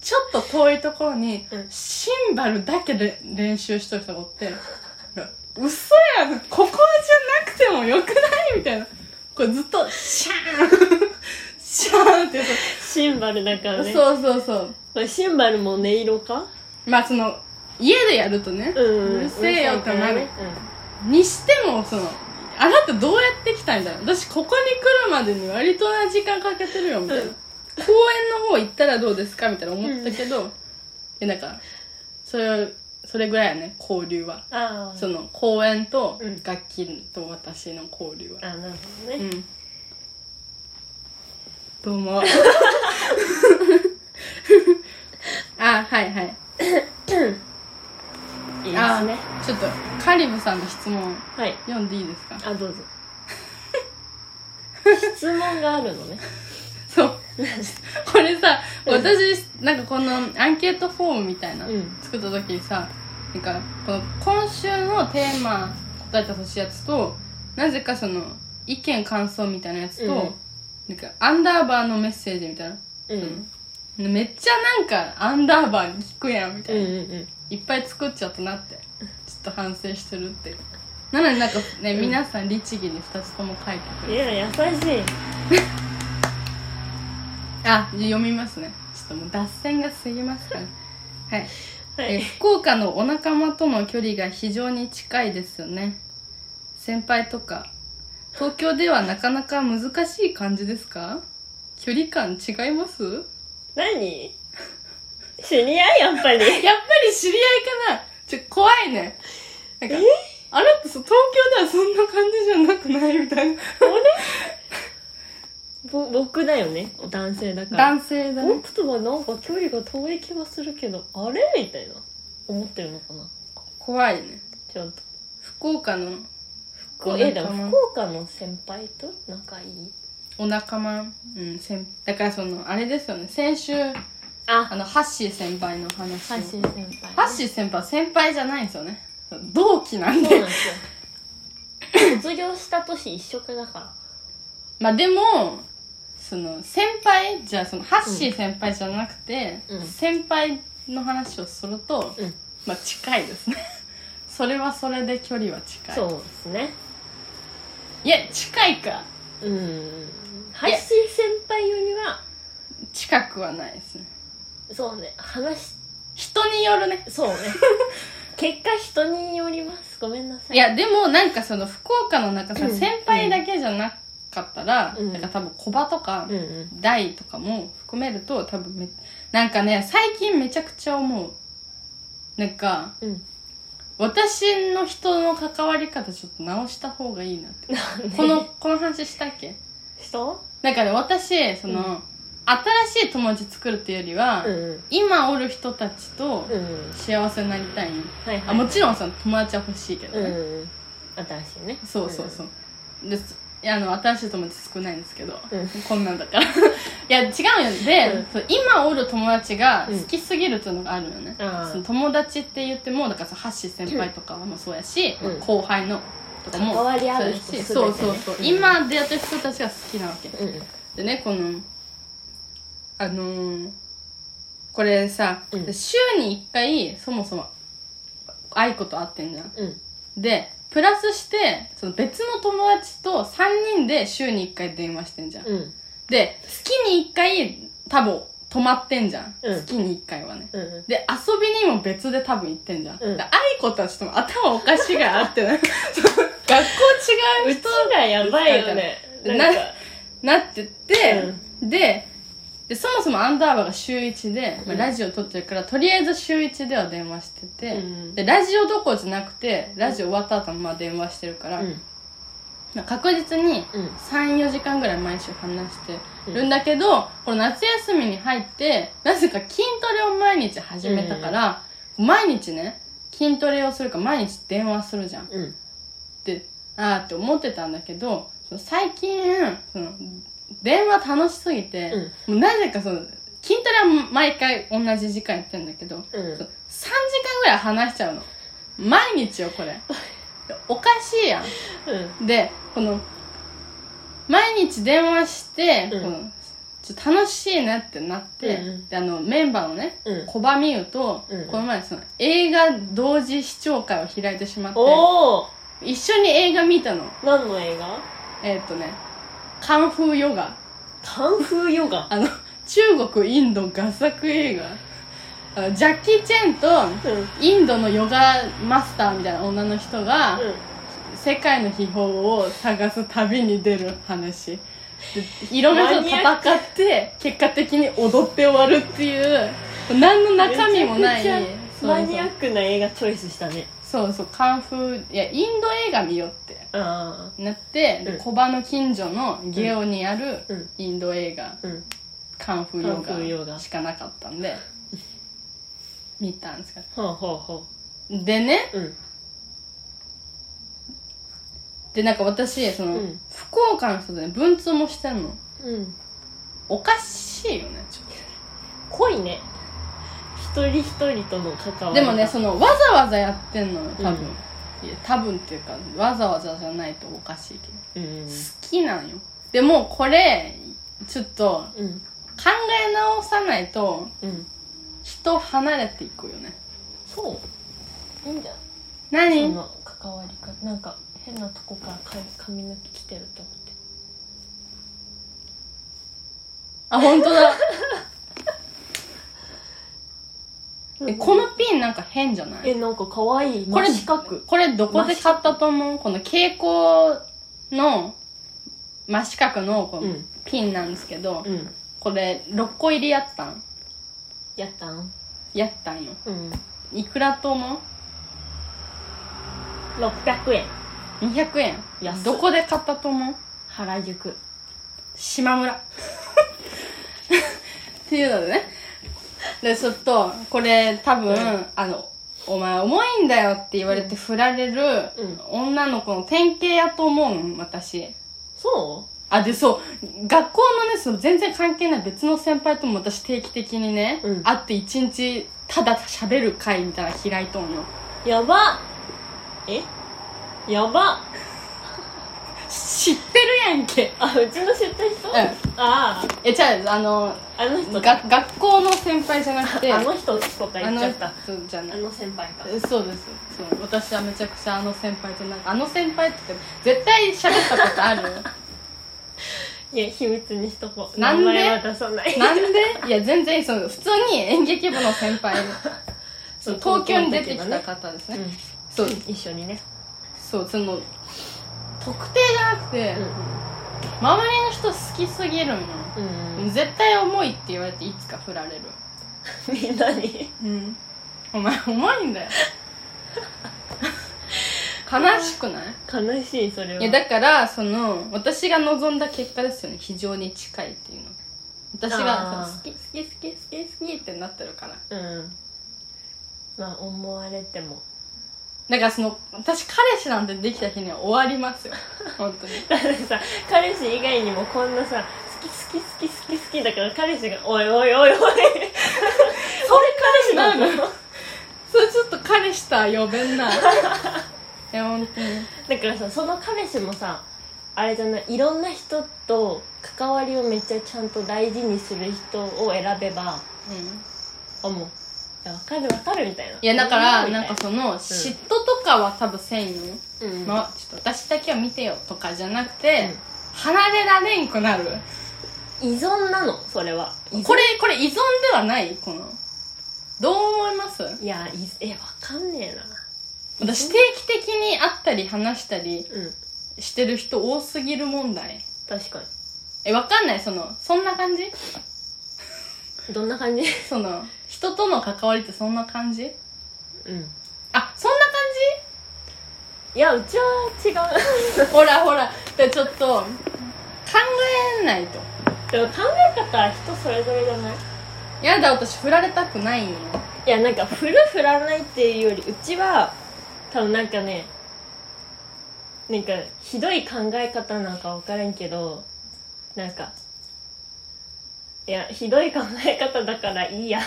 Speaker 2: ちょっと遠いところに
Speaker 1: うん
Speaker 2: シンバルだけで練習しとる人がおって嘘やんここじゃなくてもよくないみたいなこれずっとシャーンシャーンってやつ
Speaker 1: シンバルだからね
Speaker 2: そうそうそう
Speaker 1: これシンバルも音色か
Speaker 2: まあその家でやるとね、
Speaker 1: うん
Speaker 2: うるせえよってなる
Speaker 1: うるせえよ
Speaker 2: にしてもそのあなたどうやって来たんだろう私ここに来るまでに割とな時間かけてるよみたいな、
Speaker 1: うん
Speaker 2: 公園の方行ったらどうですかみたいな思ったけど、でなんかそれそれぐらいやね交流は、
Speaker 1: うんああ
Speaker 2: その公園と
Speaker 1: うん
Speaker 2: 楽器と私の交流は
Speaker 1: あなるほど
Speaker 2: う
Speaker 1: ね、
Speaker 2: んどう
Speaker 1: [laughs]
Speaker 2: も [laughs] あはいはい
Speaker 1: いいで
Speaker 2: あ
Speaker 1: すね
Speaker 2: ちょっとカリブさんの質問
Speaker 1: はい
Speaker 2: 読んでいいですか [laughs]
Speaker 1: あどうぞ質問があるのね
Speaker 2: そう。 [laughs] これさ、
Speaker 1: うん
Speaker 2: 私、なんかこのアンケートフォームみたいな、
Speaker 1: うん
Speaker 2: 作った時にさ、なんか、この今週のテーマ答えてほしいやつと、なぜかその、意見感想みたいなやつと、
Speaker 1: うん
Speaker 2: なんか、アンダーバーのメッセージみたいな。
Speaker 1: うん
Speaker 2: めっちゃなんか、アンダーバーに聞くやん、みた
Speaker 1: う
Speaker 2: い
Speaker 1: ん
Speaker 2: な。
Speaker 1: うんうん
Speaker 2: いっぱい作っちゃったなって。ちょっと反省してるっていう。なのになんかね、
Speaker 1: うん
Speaker 2: 皆さん律儀に2つとも書いてく
Speaker 1: い
Speaker 2: れる。
Speaker 1: や優しい
Speaker 2: あ、じゃあ読みますね。ちょっともう脱線が過ぎます [laughs] から。はい。
Speaker 1: は
Speaker 2: え
Speaker 1: い
Speaker 2: 福岡のお仲間との距離が非常に近いですよね先輩とか東京ではなかなか難しい感じですか距離感違いますやっ
Speaker 1: 何 [laughs] 知り合いやっぱり
Speaker 2: ぱり知り合いかなちょ怖いねなんか
Speaker 1: え
Speaker 2: あれってそ東京ではそんな感じじゃなくないみたいな
Speaker 1: [laughs] ぼ僕だよね男性だから
Speaker 2: 男性だね
Speaker 1: 僕とはなんか距離が遠い気がするけどあれみたいな思ってるのかな
Speaker 2: 怖いね
Speaker 1: ちょっと
Speaker 2: 福岡の
Speaker 1: こう
Speaker 2: お
Speaker 1: えで
Speaker 2: 仲
Speaker 1: も
Speaker 2: 間
Speaker 1: 福岡の先輩と仲いい
Speaker 2: お仲間うん先だからそのあれですよね先週あ
Speaker 1: あ
Speaker 2: のハッシー先輩の話
Speaker 1: ハッシー先輩
Speaker 2: ハッシー先輩は先輩じゃないんですよね。同期なん
Speaker 1: そう
Speaker 2: で。
Speaker 1: なんですよ卒業した年一緒だから
Speaker 2: まあでも、その、先輩、じゃあその、ハッシー先輩じゃなくて、
Speaker 1: うん
Speaker 2: 先輩の話をすると、
Speaker 1: うん
Speaker 2: まあ近いですね。 [laughs] それはそれで距離は近い。
Speaker 1: そうですね
Speaker 2: いや、近いか。
Speaker 1: うんハッシー先輩よりは
Speaker 2: 近くはないですね。
Speaker 1: そうね話し
Speaker 2: 人によるね。 [laughs]
Speaker 1: そうね結果人によりますごめんなさい
Speaker 2: いや、でもなんかその、福岡の中さ、
Speaker 1: うん
Speaker 2: 先輩だけじゃなかったら、
Speaker 1: うん
Speaker 2: なんか多分小場とか、
Speaker 1: うんうん
Speaker 2: 大とかも含めると多分めなんかね最近めちゃくちゃ思うなんか
Speaker 1: うん
Speaker 2: 私の人の関わり方ちょっと直した方がいいなってこのこの話したっけ
Speaker 1: [laughs] 人
Speaker 2: なんかね私その、
Speaker 1: うん
Speaker 2: 新しい友達作るっていうよりは、
Speaker 1: うんうん
Speaker 2: 今おる人たちと
Speaker 1: うん
Speaker 2: 幸せになりたいんよ
Speaker 1: はいはい
Speaker 2: あもちろんその友達は欲しいけど
Speaker 1: うん
Speaker 2: ね、
Speaker 1: うん新しいね
Speaker 2: そうそうそう、でいやあの新しい友達少ないんですけど、
Speaker 1: うん
Speaker 2: こんなんだから [laughs] いや違うよで、
Speaker 1: うん
Speaker 2: そう今おる友達が
Speaker 1: うん
Speaker 2: 好きすぎるっていうのがあるよね、
Speaker 1: あー
Speaker 2: その友達って言ってもだからさハッシー先輩とかもそうやし、
Speaker 1: うん
Speaker 2: 後輩のとかも
Speaker 1: 関わ
Speaker 2: そう
Speaker 1: り合う
Speaker 2: や
Speaker 1: 人
Speaker 2: し
Speaker 1: 全てね
Speaker 2: そうそうそう、
Speaker 1: うん
Speaker 2: 今出会ってる人たちが好きなわけ、
Speaker 1: うん
Speaker 2: でねこのあのーこれさ、
Speaker 1: うん
Speaker 2: 週に1回そもそも愛子と会ってんじゃん
Speaker 1: うん
Speaker 2: でプラスしてその別の友達と3人で週に1回電話してんじゃん、
Speaker 1: うん
Speaker 2: で月に1回多分泊まってんじゃん、
Speaker 1: うん
Speaker 2: 月に1回はね
Speaker 1: うん
Speaker 2: で遊びにも別で多分行ってんじゃん、
Speaker 1: うん
Speaker 2: で愛子たちとも頭おかしいがあってね [laughs] そう学校違
Speaker 1: う
Speaker 2: う
Speaker 1: ち
Speaker 2: 人
Speaker 1: がやばいよねなん
Speaker 2: なん
Speaker 1: か
Speaker 2: なってって、ででそもそもアンダーバーが週1で、まあ
Speaker 1: うん
Speaker 2: ラジオ撮ってるからとりあえず週1では電話してて、
Speaker 1: うん
Speaker 2: でラジオどころじゃなくてラジオ終わった後もまあ電話してるから、
Speaker 1: うん
Speaker 2: まあ確実に
Speaker 1: うん
Speaker 2: 34時間ぐらい毎週話してる
Speaker 1: うん
Speaker 2: だけど、この夏休みに入ってなぜか筋トレを毎日始めたから、毎日ね筋トレをするから毎日電話するじゃん
Speaker 1: うん
Speaker 2: ってあーって思ってたんだけどその最近その電話楽しすぎて、もうなぜかその筋トレは毎回同じ時間やってんだけど、
Speaker 1: うん
Speaker 2: そう3時間ぐらい話しちゃうの毎日よ
Speaker 1: [laughs]
Speaker 2: これおかしいやん
Speaker 1: うん
Speaker 2: でこの毎日電話して、
Speaker 1: うん
Speaker 2: このちょっと楽しいなってなって、
Speaker 1: うんうん
Speaker 2: であのメンバーのね
Speaker 1: うん
Speaker 2: 小場美優と、
Speaker 1: うんうん
Speaker 2: この前その映画同時視聴会を開いてしまって
Speaker 1: おお
Speaker 2: 一緒に映画見たの
Speaker 1: 何の映画
Speaker 2: えっ、とねカンフーヨガ
Speaker 1: カンフーヨガ
Speaker 2: あの中国インド合作映画あのジャッキー・チェンと
Speaker 1: うんうん
Speaker 2: インドのヨガマスターみたいな女の人が、世界の秘宝を探す旅に出る話でいろんな人と戦って結果的に踊って終わるっていう何の中身もない
Speaker 1: めちゃくちゃ
Speaker 2: そう
Speaker 1: マ
Speaker 2: そう
Speaker 1: ニアックな映画チョイスしたね
Speaker 2: そうそうカンフーいやインド映画見ようって
Speaker 1: あ
Speaker 2: なって、で
Speaker 1: うん
Speaker 2: コバの近所のゲオにある
Speaker 1: あうん
Speaker 2: インド映画、
Speaker 1: うん
Speaker 2: カンフ
Speaker 1: カンフー
Speaker 2: ー
Speaker 1: ヨ
Speaker 2: ヨガ
Speaker 1: ガ
Speaker 2: しかなかったんで見たんですけ
Speaker 1: ほうほうほ
Speaker 2: どでね
Speaker 1: ううん
Speaker 2: でなんか私その、
Speaker 1: うん
Speaker 2: 福岡の人でね文通もしてんの
Speaker 1: うん
Speaker 2: おかしいよねちょっ
Speaker 1: 濃いね一人一人との関
Speaker 2: と
Speaker 1: わり
Speaker 2: でもねそのわざわざやってんのよ多分、
Speaker 1: うん
Speaker 2: いや多分っていうかわざわざじゃないとおかしいけど
Speaker 1: うん
Speaker 2: 好きなんよでもこれちょっと
Speaker 1: うん
Speaker 2: 考え直さないと
Speaker 1: うん
Speaker 2: 人離れていくよね
Speaker 1: そういいんじゃんそ
Speaker 2: 何
Speaker 1: の関わり方なんか変なとこから髪髪の毛来てると思って
Speaker 2: あ、本当だ。えこのピンなんか変じゃない
Speaker 1: えなんか可愛い
Speaker 2: これ
Speaker 1: 真四角
Speaker 2: これどこで買ったと思うこの蛍光の真四角のこ
Speaker 1: う
Speaker 2: の
Speaker 1: ん
Speaker 2: ピンなんですけど、
Speaker 1: うん
Speaker 2: これ6個入りやったん
Speaker 1: やったん
Speaker 2: やったんよ。
Speaker 1: うん
Speaker 2: いくらと思う
Speaker 1: 600円
Speaker 2: ?200 円。
Speaker 1: 安っ
Speaker 2: どこで買ったと思う
Speaker 1: 原宿
Speaker 2: 島村。 [laughs] っていうのでね。で、ちょっと、これ多
Speaker 1: う
Speaker 2: 分、
Speaker 1: ん
Speaker 2: あの、お前重いんだよって言われて振られる
Speaker 1: うん
Speaker 2: 女の子の典型やと思うの、私。
Speaker 1: そ
Speaker 2: あ、で、そう、学校のね、その全然関係ない別の先輩とも私定期的にね、
Speaker 1: うん
Speaker 2: 会って一日ただ喋る会みたいなの開いとんよ。
Speaker 1: うやばえやば
Speaker 2: 知ってるやんけ。
Speaker 1: あうちの知った人、
Speaker 2: うん
Speaker 1: ああ
Speaker 2: え、じゃあ、あの、
Speaker 1: あの人
Speaker 2: が学校の先輩じゃなくて、
Speaker 1: あの人とか
Speaker 2: あ
Speaker 1: 言っ
Speaker 2: の
Speaker 1: ちゃったあ
Speaker 2: 人じゃな
Speaker 1: の
Speaker 2: い。
Speaker 1: 先輩か
Speaker 2: そうですそう私はめちゃくちゃあの先輩となんかあの先輩って絶対喋ったこと
Speaker 1: [laughs]
Speaker 2: ある
Speaker 1: いや秘密にしとこう
Speaker 2: なんで
Speaker 1: 名前は出さない
Speaker 2: なんでいや全然その普通に演劇部の先
Speaker 1: [laughs]
Speaker 2: 輩その東京に出てきた方ですね
Speaker 1: うん
Speaker 2: そう
Speaker 1: 一緒にね
Speaker 2: そうその特定じゃなくて、
Speaker 1: うん
Speaker 2: 周りの人好きすぎるのよ、
Speaker 1: うん
Speaker 2: 絶対重いって言われていつか振られる
Speaker 1: みんなに
Speaker 2: うんお前 [laughs] 重いんだよ悲しくない
Speaker 1: 悲しいそれはい
Speaker 2: やだからその私が望んだ結果ですよね非常に近いっていうの私が
Speaker 1: あー
Speaker 2: 好き好き好き好き好きってなってるから
Speaker 1: うんまあ思われても [laughs]
Speaker 2: だからその私彼氏なんてできた日には終わり [laughs] ますよ本当に
Speaker 1: だってさ彼氏以外にもこんなさ好き好き好き好き好きだから彼氏が「おいおい
Speaker 2: [laughs]
Speaker 1: おいおいそれ彼氏なの?」
Speaker 2: なそれちょっと彼氏とは呼べ [laughs] んないや本当に
Speaker 1: だからさその彼氏もさあれじゃないいろんな人と関わりをめっちゃちゃんと大事にする人を選べば
Speaker 2: うん
Speaker 1: あもういやわかるわかるみたいない
Speaker 2: いやだからなんか
Speaker 1: そ
Speaker 2: その嫉妬とかは多分せんよ、
Speaker 1: う、うん
Speaker 2: まあ、ちょっと私だけは見てよとかじゃなくて、離れられんくなる
Speaker 1: 依存なのそれは依存
Speaker 2: これこれ依存ではないこのどう思います
Speaker 1: いや依存えわかんねえな
Speaker 2: 私定期的に会ったり話したり
Speaker 1: うん
Speaker 2: してる人多すぎる問題
Speaker 1: 確か
Speaker 2: えわかんないそのそんな感じ
Speaker 1: にどんな感じ
Speaker 2: その人との関わりってそんな感じ
Speaker 1: うん
Speaker 2: あそんな感じ
Speaker 1: いやうちは違う
Speaker 2: ほらほらでちょっと考えないと
Speaker 1: でも考え方は人それぞれじゃない
Speaker 2: やだ私振られたくないんよ
Speaker 1: いやなんか振る振らないっていうよりうちは多分なんかねなんかひどい考え方なんか分からんけどなんかいやひどい考え方だからいい
Speaker 2: [laughs]
Speaker 1: や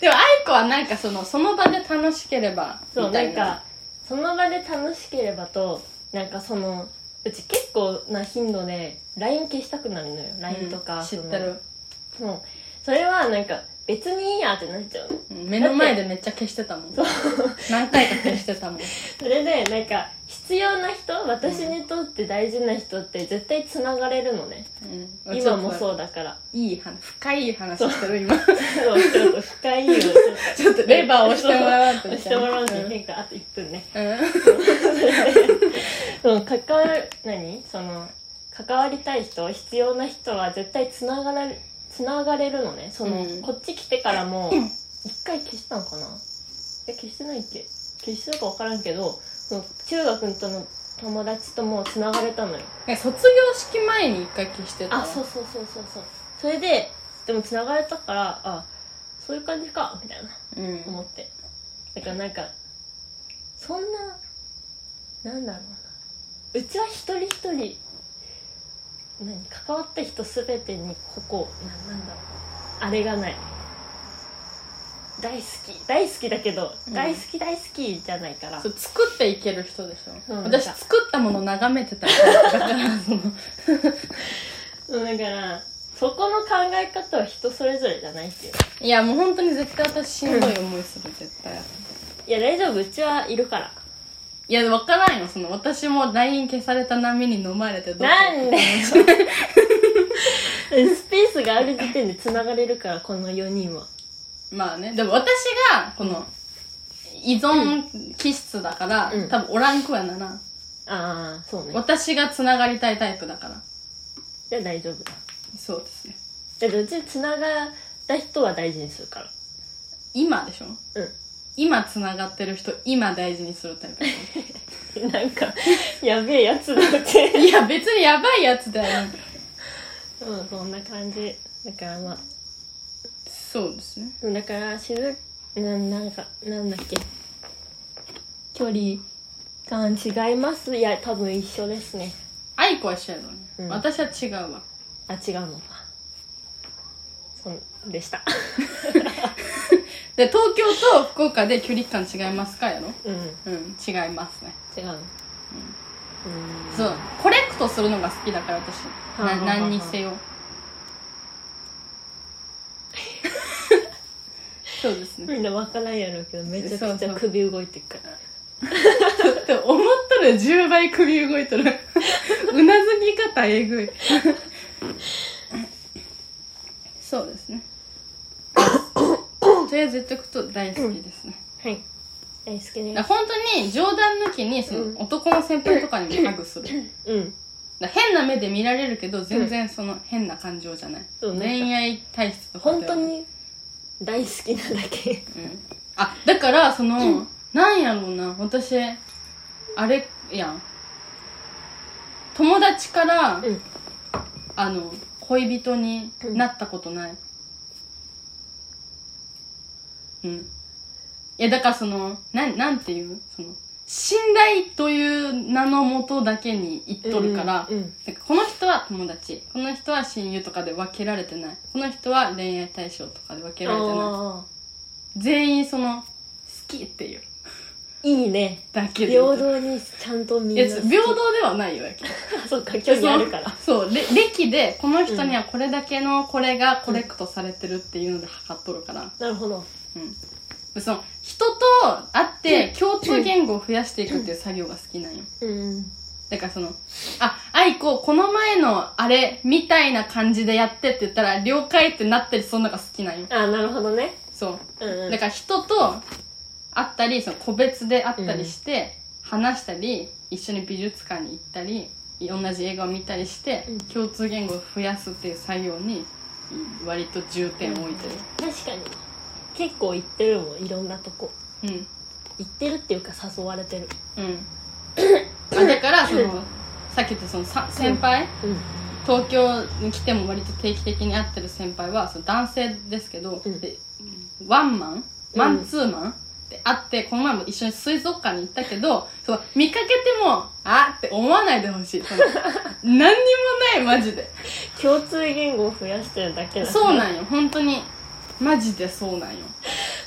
Speaker 2: でも愛子はなんかそのその場で楽しければ
Speaker 1: そう
Speaker 2: み
Speaker 1: な
Speaker 2: た
Speaker 1: ん
Speaker 2: い
Speaker 1: か
Speaker 2: な
Speaker 1: その場で楽しければとなんかそのうち結構な頻度で LINE 消したくなるのよ LINE とか、
Speaker 2: うん知
Speaker 1: そ
Speaker 2: っ
Speaker 1: の
Speaker 2: てる、
Speaker 1: そうそれはなんか別にいいやってなっちゃうの
Speaker 2: うん目の前でめっちゃ消してたもん何回か消してたもん
Speaker 1: それでなんか必要な人私にとって大事な人って絶対つながれるのね、
Speaker 2: うん
Speaker 1: 今も
Speaker 2: う
Speaker 1: そうだから
Speaker 2: いい話深い話してる今
Speaker 1: そうちょっと深いよ [laughs] ちょっ
Speaker 2: ちょっとレバー押してもらわん
Speaker 1: と
Speaker 2: と [laughs]
Speaker 1: 押してもらうん
Speaker 2: う
Speaker 1: で
Speaker 2: ん
Speaker 1: 変化あと1分ね
Speaker 2: うん
Speaker 1: その関わる何その関わりたい人必要な人は絶対つながらつながれるのねその、
Speaker 2: うん
Speaker 1: こっち来てからも
Speaker 2: うん
Speaker 1: 一回消したのかなえ消してないっけ消してるか分からんけどその中学との友達ともつながれたのよ
Speaker 2: 卒業式前に一回消してた
Speaker 1: あそうそうそうそうそうそれででも繋がれたからあそういう感じかみたいな
Speaker 2: う、うん、
Speaker 1: 思ってだからなんかそんななんだろうなうちは一人一人何関わった人全てにここななんだろうあれがない大好き大好きだけど、
Speaker 2: うん
Speaker 1: 大好き大好きじゃないから
Speaker 2: そう作っていける人でしょ、
Speaker 1: そうなんだ
Speaker 2: 私作ったもの眺めてたからだからその [laughs]
Speaker 1: そうだからそこの考え方は人それぞれじゃないっていう
Speaker 2: いやもう本当に絶対私しんどい思いする絶対
Speaker 1: いや大丈夫うちはいるから
Speaker 2: いや分からんよその私も LINE 消された波に飲まれてどうこう
Speaker 1: なん
Speaker 2: [laughs]
Speaker 1: でスペースがある時点でつながれるからこの4人は
Speaker 2: まあねでも私がこの依存気質だから、
Speaker 1: うん
Speaker 2: 多分おらんくはならん
Speaker 1: ああそうね
Speaker 2: 私がつながりたいタイプだから
Speaker 1: じゃあ大丈夫だ
Speaker 2: そうですね
Speaker 1: だってうちつながった人は大事にするから
Speaker 2: 今でしょ
Speaker 1: う
Speaker 2: 今つながってる人今大事にするタイプ
Speaker 1: [laughs] んなん [laughs] かやべえやつだって
Speaker 2: いや別にやばいやつだよ
Speaker 1: [laughs] うんそんな感じだからまあ
Speaker 2: そうですね
Speaker 1: だからしずななんかなんだっけ距離感違いますいや多分一緒ですね
Speaker 2: 愛子は一緒やのね、
Speaker 1: うん
Speaker 2: 私は違うわ
Speaker 1: あ違うのかそうでした [laughs]
Speaker 2: で東京と福岡で距離感違いますかやろ
Speaker 1: うん
Speaker 2: うん違いますね
Speaker 1: 違うのうん
Speaker 2: そうコレクトするのが好きだから
Speaker 1: は
Speaker 2: 私
Speaker 1: あはあは
Speaker 2: な
Speaker 1: あ
Speaker 2: 何に [laughs] せよそうですね
Speaker 1: みんな分からんやろうけどめちゃくちゃ首動いてるから
Speaker 2: って思ったら10倍首動いてるうなずき方えぐいそうですねとりあえず言っとくと大好きですね
Speaker 1: はい大好き
Speaker 2: だから
Speaker 1: ね
Speaker 2: 本当に冗談抜きにそ
Speaker 1: うん
Speaker 2: の男の先輩とかにもハグする
Speaker 1: うん
Speaker 2: だから変な目で見られるけど全然その変な感情じゃない、
Speaker 1: そうね
Speaker 2: 恋愛体質とか
Speaker 1: 本
Speaker 2: では
Speaker 1: 当に大好きなだけ
Speaker 2: うんあだからその、なんやろうな私あれやん友達から、
Speaker 1: うん
Speaker 2: あの恋人になったことないうん、いや、だからその、なん、なんていうその、信頼という名のもとだけに言っとるから、
Speaker 1: うんうん
Speaker 2: なんかこの人は友達、この人は親友とかで分けられてない、この人は恋愛対象とかで分けられてない。
Speaker 1: あ
Speaker 2: 全員その、好きっていう
Speaker 1: ーいいね
Speaker 2: だけで言
Speaker 1: 平
Speaker 2: うと。
Speaker 1: 等にちゃんとみん
Speaker 2: い
Speaker 1: な
Speaker 2: や、
Speaker 1: 好き
Speaker 2: 平等ではないよ、だけど。
Speaker 1: [laughs] そっか興味あるから
Speaker 2: そう、れ歴で、この人にはこれだけのこれがコレクトされてるっていうので測っとるから。
Speaker 1: なるほど
Speaker 2: うん。その、人と会って共通言語を増やしていくっていう作業が好きなんよ。
Speaker 1: うん
Speaker 2: だからその、あ、愛子、この前のあれ、みたいな感じでやってって言ったら、了解ってなったりそんなのが好きなんよ。
Speaker 1: あなるほどね
Speaker 2: そう。
Speaker 1: うん
Speaker 2: だから人と会ったり、その個別で会ったりして、話したり、一緒に美術館に行ったり、同じ映画を見たりして、
Speaker 1: うん
Speaker 2: 共通言語を増やすっていう作業に、割と重点を置いて
Speaker 1: 確かに結構行ってるもんいろんなとこ
Speaker 2: る。うん。
Speaker 1: 行ってるっていうか誘われてる
Speaker 2: うん。あだから、その、さっき言ったそのさ先輩、
Speaker 1: うん
Speaker 2: 東京に来ても割と定期的に会ってる先輩はそう男性ですけど、
Speaker 1: うん
Speaker 2: でワンマンマンツーマン、で会ってこの前も一緒に水族館に行ったけどそう見かけてもあって思わないでほしいそ
Speaker 1: [laughs]
Speaker 2: の何にもないマジで
Speaker 1: 共通言語を増やしてるだけだ
Speaker 2: そうなんよ本当にマジでそうなんよ、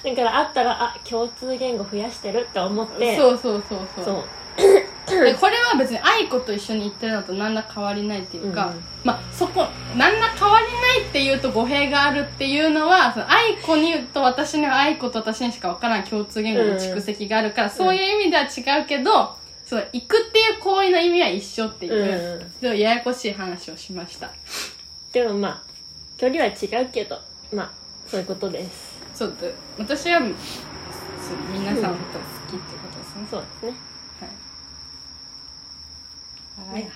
Speaker 1: だから会ったらあ共通言語増やしてるって思ってう
Speaker 2: そうそうそうそう
Speaker 1: そう [laughs]
Speaker 2: でこれは別に愛子と一緒に行ってるのと何ら変わりないっていうか、
Speaker 1: うんうん
Speaker 2: まあそこ何ら変わりないっていうと語弊があるっていうのはその愛子にと私には愛子と私にしか分からん共通言語の蓄積があるから、そういう意味では違うけどその行くっていう行為の意味は一緒っていうう、
Speaker 1: んうん
Speaker 2: でもややこしい話をしました
Speaker 1: でもまあ距離は違うけどまあそういうことです
Speaker 2: そうで私はそう皆さんのことが好きってことですね、
Speaker 1: そうですね
Speaker 2: はい、はい
Speaker 1: ね、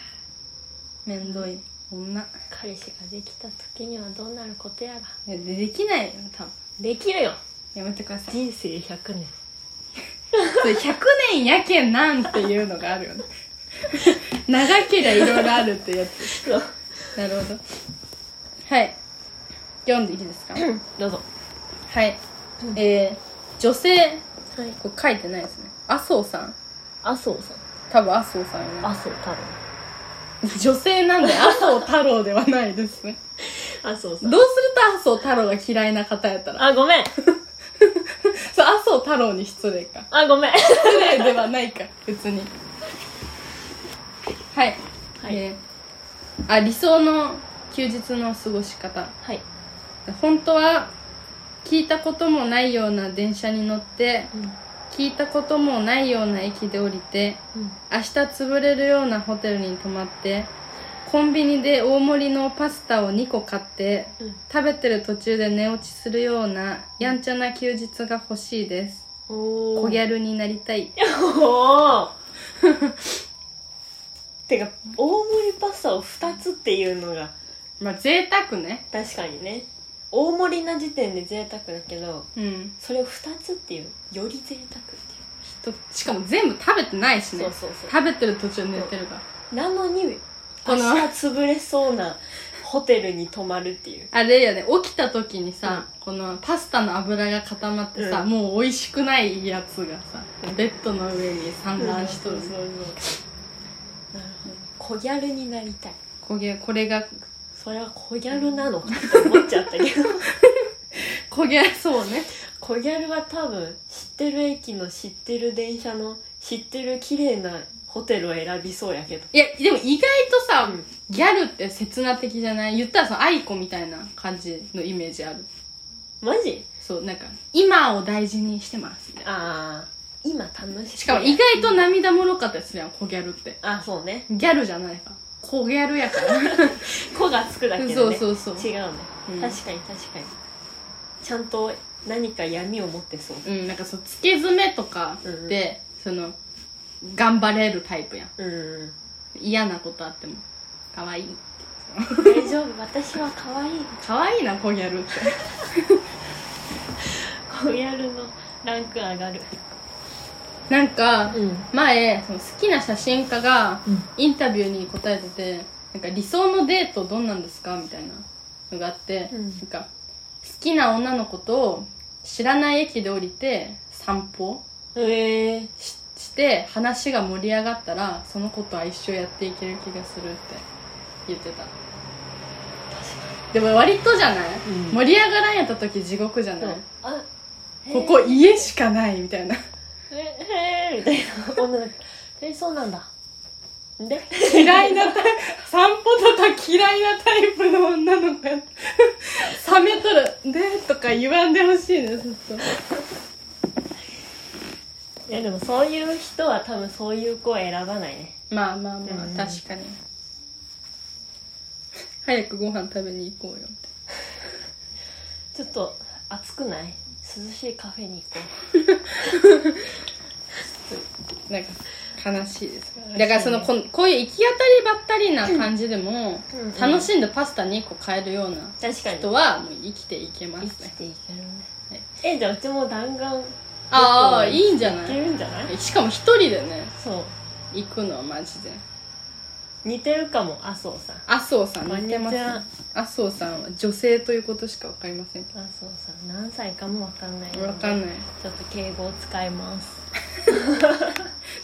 Speaker 2: めんどい女
Speaker 1: 彼氏ができた時にはどうなることやら
Speaker 2: いやでできないよ多分
Speaker 1: できるよ
Speaker 2: やめてください
Speaker 1: 人生100年
Speaker 2: それ100年やけんなんっていうのがあるよね [laughs] 長けりゃいろいろあるってやつ
Speaker 1: そう [laughs]
Speaker 2: なるほどはい読んでいいですか
Speaker 1: どうぞ
Speaker 2: はいえー、女性
Speaker 1: はい
Speaker 2: これ書いてないですね麻生さん
Speaker 1: 麻生さん
Speaker 2: 多分麻生さんよね
Speaker 1: 麻生太郎
Speaker 2: 女性なんで麻生太郎ではないです [laughs] ね
Speaker 1: 麻生さ
Speaker 2: どうすると麻生太郎が嫌いな方やったら
Speaker 1: あごめん
Speaker 2: そう麻生太郎に失礼か
Speaker 1: あごめん
Speaker 2: 失礼ではないか別にはい
Speaker 1: はい
Speaker 2: えーあ理想の休日の過ごし方
Speaker 1: はい
Speaker 2: 本当は聞いたこともないような電車に乗って
Speaker 1: うん
Speaker 2: 聞いたこともないような駅で降りて
Speaker 1: うん
Speaker 2: 明日潰れるようなホテルに泊まってコンビニで大盛りのパスタを2個買って
Speaker 1: うん
Speaker 2: 食べてる途中で寝落ちするようなやんちゃな休日が欲しいです
Speaker 1: お
Speaker 2: 小ギ
Speaker 1: ャ
Speaker 2: ャルになりたい
Speaker 1: おー [laughs] てか大盛りパスタを2つっていうのが
Speaker 2: まあ贅沢ね
Speaker 1: 確かにね大盛りな時点で贅沢だけど
Speaker 2: うん
Speaker 1: それを2つっていうより贅沢って
Speaker 2: としかも全部食べてないし
Speaker 1: いう、
Speaker 2: ね
Speaker 1: そうそうそ
Speaker 2: 食べてる途中寝てるから
Speaker 1: うなのに
Speaker 2: こ
Speaker 1: 明日
Speaker 2: の
Speaker 1: 潰れそうなホテルに泊まるっていう
Speaker 2: あれやね起きた時にさ、このパスタの油が固まってさ、
Speaker 1: うん
Speaker 2: もう美味しくないやつがさベッドの上に散乱しとる、
Speaker 1: そうそうそうなるほど小ギャルになりたい
Speaker 2: こげこれが [laughs]
Speaker 1: それは小ギャルなのかって思っちゃったけど
Speaker 2: こげそうね
Speaker 1: [laughs] 小ギャルは多分知ってる駅の知ってる電車の知ってる綺麗なホテルを選びそうやけど
Speaker 2: いやでも意外とさ、
Speaker 1: うん
Speaker 2: ギャルって刹那的じゃない言ったらさ愛子みたいな感じのイメージある
Speaker 1: マジ
Speaker 2: そうなんか今を大事にしてますみたいな
Speaker 1: ああ今楽しい
Speaker 2: しかも意外と涙もろかったりするやんこギャルって
Speaker 1: あそうね
Speaker 2: ギャルじゃないかこギャルや [laughs] から
Speaker 1: 「子」がつくだけで、ね、
Speaker 2: そうそうそう
Speaker 1: 違うね、
Speaker 2: うん
Speaker 1: 確かに確かにちゃんと何か闇を持ってそう
Speaker 2: うん、なんかそう、つけ爪とかで、その、頑張れるタイプやん。
Speaker 1: うん
Speaker 2: 嫌なことあっても。かわいい。
Speaker 1: 大丈夫私は可愛い
Speaker 2: かわいいな、こうやるって。
Speaker 1: 小ギャルのランク上がる
Speaker 2: なんか、
Speaker 1: うん
Speaker 2: 前、その好きな写真家が
Speaker 1: うん、
Speaker 2: インタビューに答えてて、なんか理想のデートどんなんですかみたいなのがあって、
Speaker 1: うん
Speaker 2: なんか、好きな女の子と、知らない駅で降りて散歩
Speaker 1: へえ
Speaker 2: しして話が盛り上がったらそのことは一生やっていける気がするって言ってたでも割とじゃない、
Speaker 1: うん
Speaker 2: 盛り上がらんやった時地獄じゃ
Speaker 1: そ
Speaker 2: な
Speaker 1: う
Speaker 2: い、
Speaker 1: あ
Speaker 2: ここ家しかないみたいな
Speaker 1: へえへえみたいな女の子へえそうなんだで
Speaker 2: 嫌いなタイ [laughs] プ散歩とか嫌いなタイプの女の子や冷めとるでとか言わんでほしいねずっと
Speaker 1: いやでもそういう人は多分そういう子を選ばないね
Speaker 2: まあまあまあ、
Speaker 1: うん
Speaker 2: 確かに早くご飯食べに行こうよ
Speaker 1: ちょっと暑くない涼しいカフェに行こ
Speaker 2: なんか悲しいです
Speaker 1: 悲しいね
Speaker 2: だからそのこんこういう行き当たりばったりな感じでも
Speaker 1: うんうん
Speaker 2: 楽しんでパスタ2個買えるような
Speaker 1: う確かに
Speaker 2: 人はもう生きていけま
Speaker 1: 生
Speaker 2: すね
Speaker 1: きていけるね、
Speaker 2: はい
Speaker 1: えじゃあうちも弾丸い
Speaker 2: ああいいんじゃな
Speaker 1: け
Speaker 2: い
Speaker 1: るんじゃない
Speaker 2: しかも一人でね
Speaker 1: そう
Speaker 2: 行くのはマジで
Speaker 1: 似てるかも麻生さん
Speaker 2: 麻生さん似てます
Speaker 1: こんにちは
Speaker 2: 麻生さんは女性ということしか分かりませんけ
Speaker 1: 麻生さん何歳かもわかんない
Speaker 2: ど分かんない
Speaker 1: ちょっと敬語を使います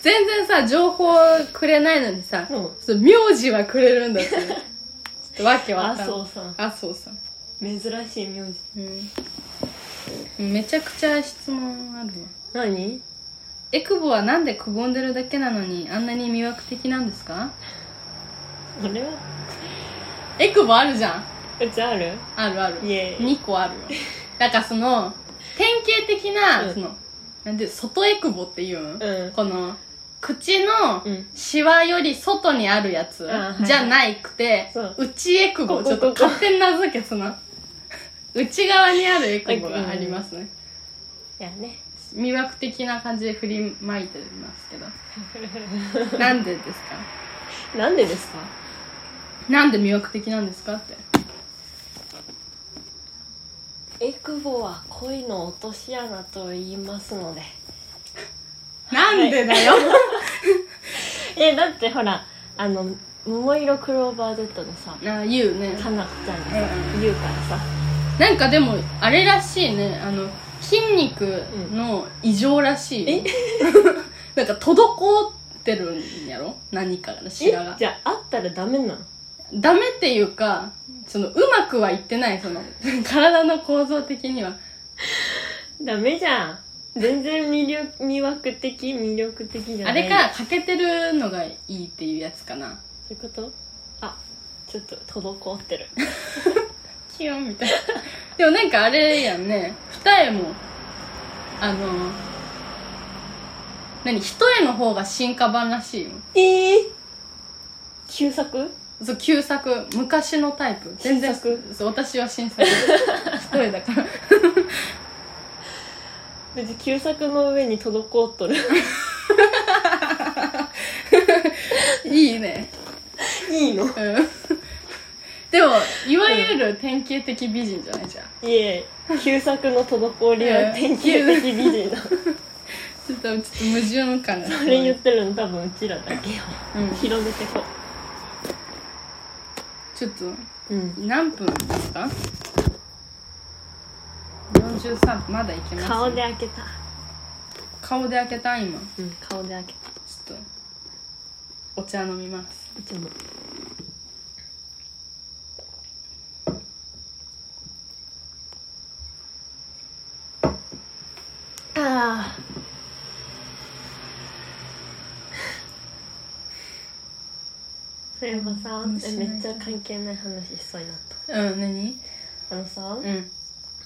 Speaker 2: 全然さ情報くれないのにさ、
Speaker 1: うん
Speaker 2: そう名字はくれるんだってちょっとわけわ
Speaker 1: 麻
Speaker 2: かんない
Speaker 1: 生さん
Speaker 2: 麻生さん
Speaker 1: 珍しい名字
Speaker 2: うんめちゃくちゃ質問あるわ
Speaker 1: 何
Speaker 2: えくぼはなんでくぼんでるだけなのにあんなに魅惑的なんですか
Speaker 1: これは
Speaker 2: えくぼあるじゃん
Speaker 1: うちある
Speaker 2: あるある
Speaker 1: イエーイ
Speaker 2: 2個あるよだからその典型的な、
Speaker 1: うん
Speaker 2: そのなんで外えくぼっていうん、
Speaker 1: うん
Speaker 2: この口の
Speaker 1: うん
Speaker 2: シワより外にあるやつ
Speaker 1: あはい
Speaker 2: じゃないくて、
Speaker 1: そう
Speaker 2: 内えくぼ
Speaker 1: ここ
Speaker 2: ちょっと
Speaker 1: ここ
Speaker 2: 勝手に名付け
Speaker 1: [laughs]
Speaker 2: その内側にあるえくぼがありますね
Speaker 1: いやね
Speaker 2: 魅惑的な感じで振りまいてますけどなんでですか
Speaker 1: なんでですか
Speaker 2: なんで魅惑的なんですかって
Speaker 1: エクボは恋の落とし穴と言いますので
Speaker 2: なんでだよ
Speaker 1: えだってほらあの桃色クローバー Z のさ
Speaker 2: あ言うね
Speaker 1: かなこちゃんがさ
Speaker 2: う
Speaker 1: 言うからさ
Speaker 2: なんかでもあれらしいねあの筋肉の異常らしいよ、 [laughs] なんか滞ってるんやろ何かが
Speaker 1: え
Speaker 2: 白が
Speaker 1: じゃあ会ったらダメなの
Speaker 2: ダメっていうかそのうまくはいってないその [laughs] 体の構造的には
Speaker 1: ダメじゃん全然魅力魅惑的魅力的じゃ
Speaker 2: あ
Speaker 1: ない
Speaker 2: れから欠けてるのがいいっていうやつかな
Speaker 1: そういうことあちょっと滞ってる
Speaker 2: キュンみたいな。でもなんかあれやんね、二重も、あの、何、一重の方が進化版らしいよ。
Speaker 1: ええ旧作
Speaker 2: そう、旧作、昔のタイプ。全然、
Speaker 1: 新作
Speaker 2: そう、私は新作。一重
Speaker 1: [laughs]
Speaker 2: だから。
Speaker 1: 別に旧作の上に滞っとる
Speaker 2: いいね。
Speaker 1: [laughs] いいの
Speaker 2: うん。でも、いわゆる典型的美人じゃないじゃん。
Speaker 1: いえ旧作の滞りは典型的美 [laughs] 人だ
Speaker 2: ちょっと、ちょっと矛盾感がすごい。
Speaker 1: それ言ってるの多分うちらだ [laughs] けよ
Speaker 2: うん。
Speaker 1: 広めてこ
Speaker 2: ちょっと、
Speaker 1: ううん
Speaker 2: 何分ですか ?43 分まだいけます、
Speaker 1: 顔で開けた
Speaker 2: 顔で開けた今ち
Speaker 1: うん顔で開けた
Speaker 2: ょっとお茶飲みます
Speaker 1: うちもああそういえばさ
Speaker 2: 面
Speaker 1: え
Speaker 2: 白い
Speaker 1: めっちゃ関係ない話しそうになっ
Speaker 2: うん何
Speaker 1: たあのさ、
Speaker 2: う
Speaker 1: うん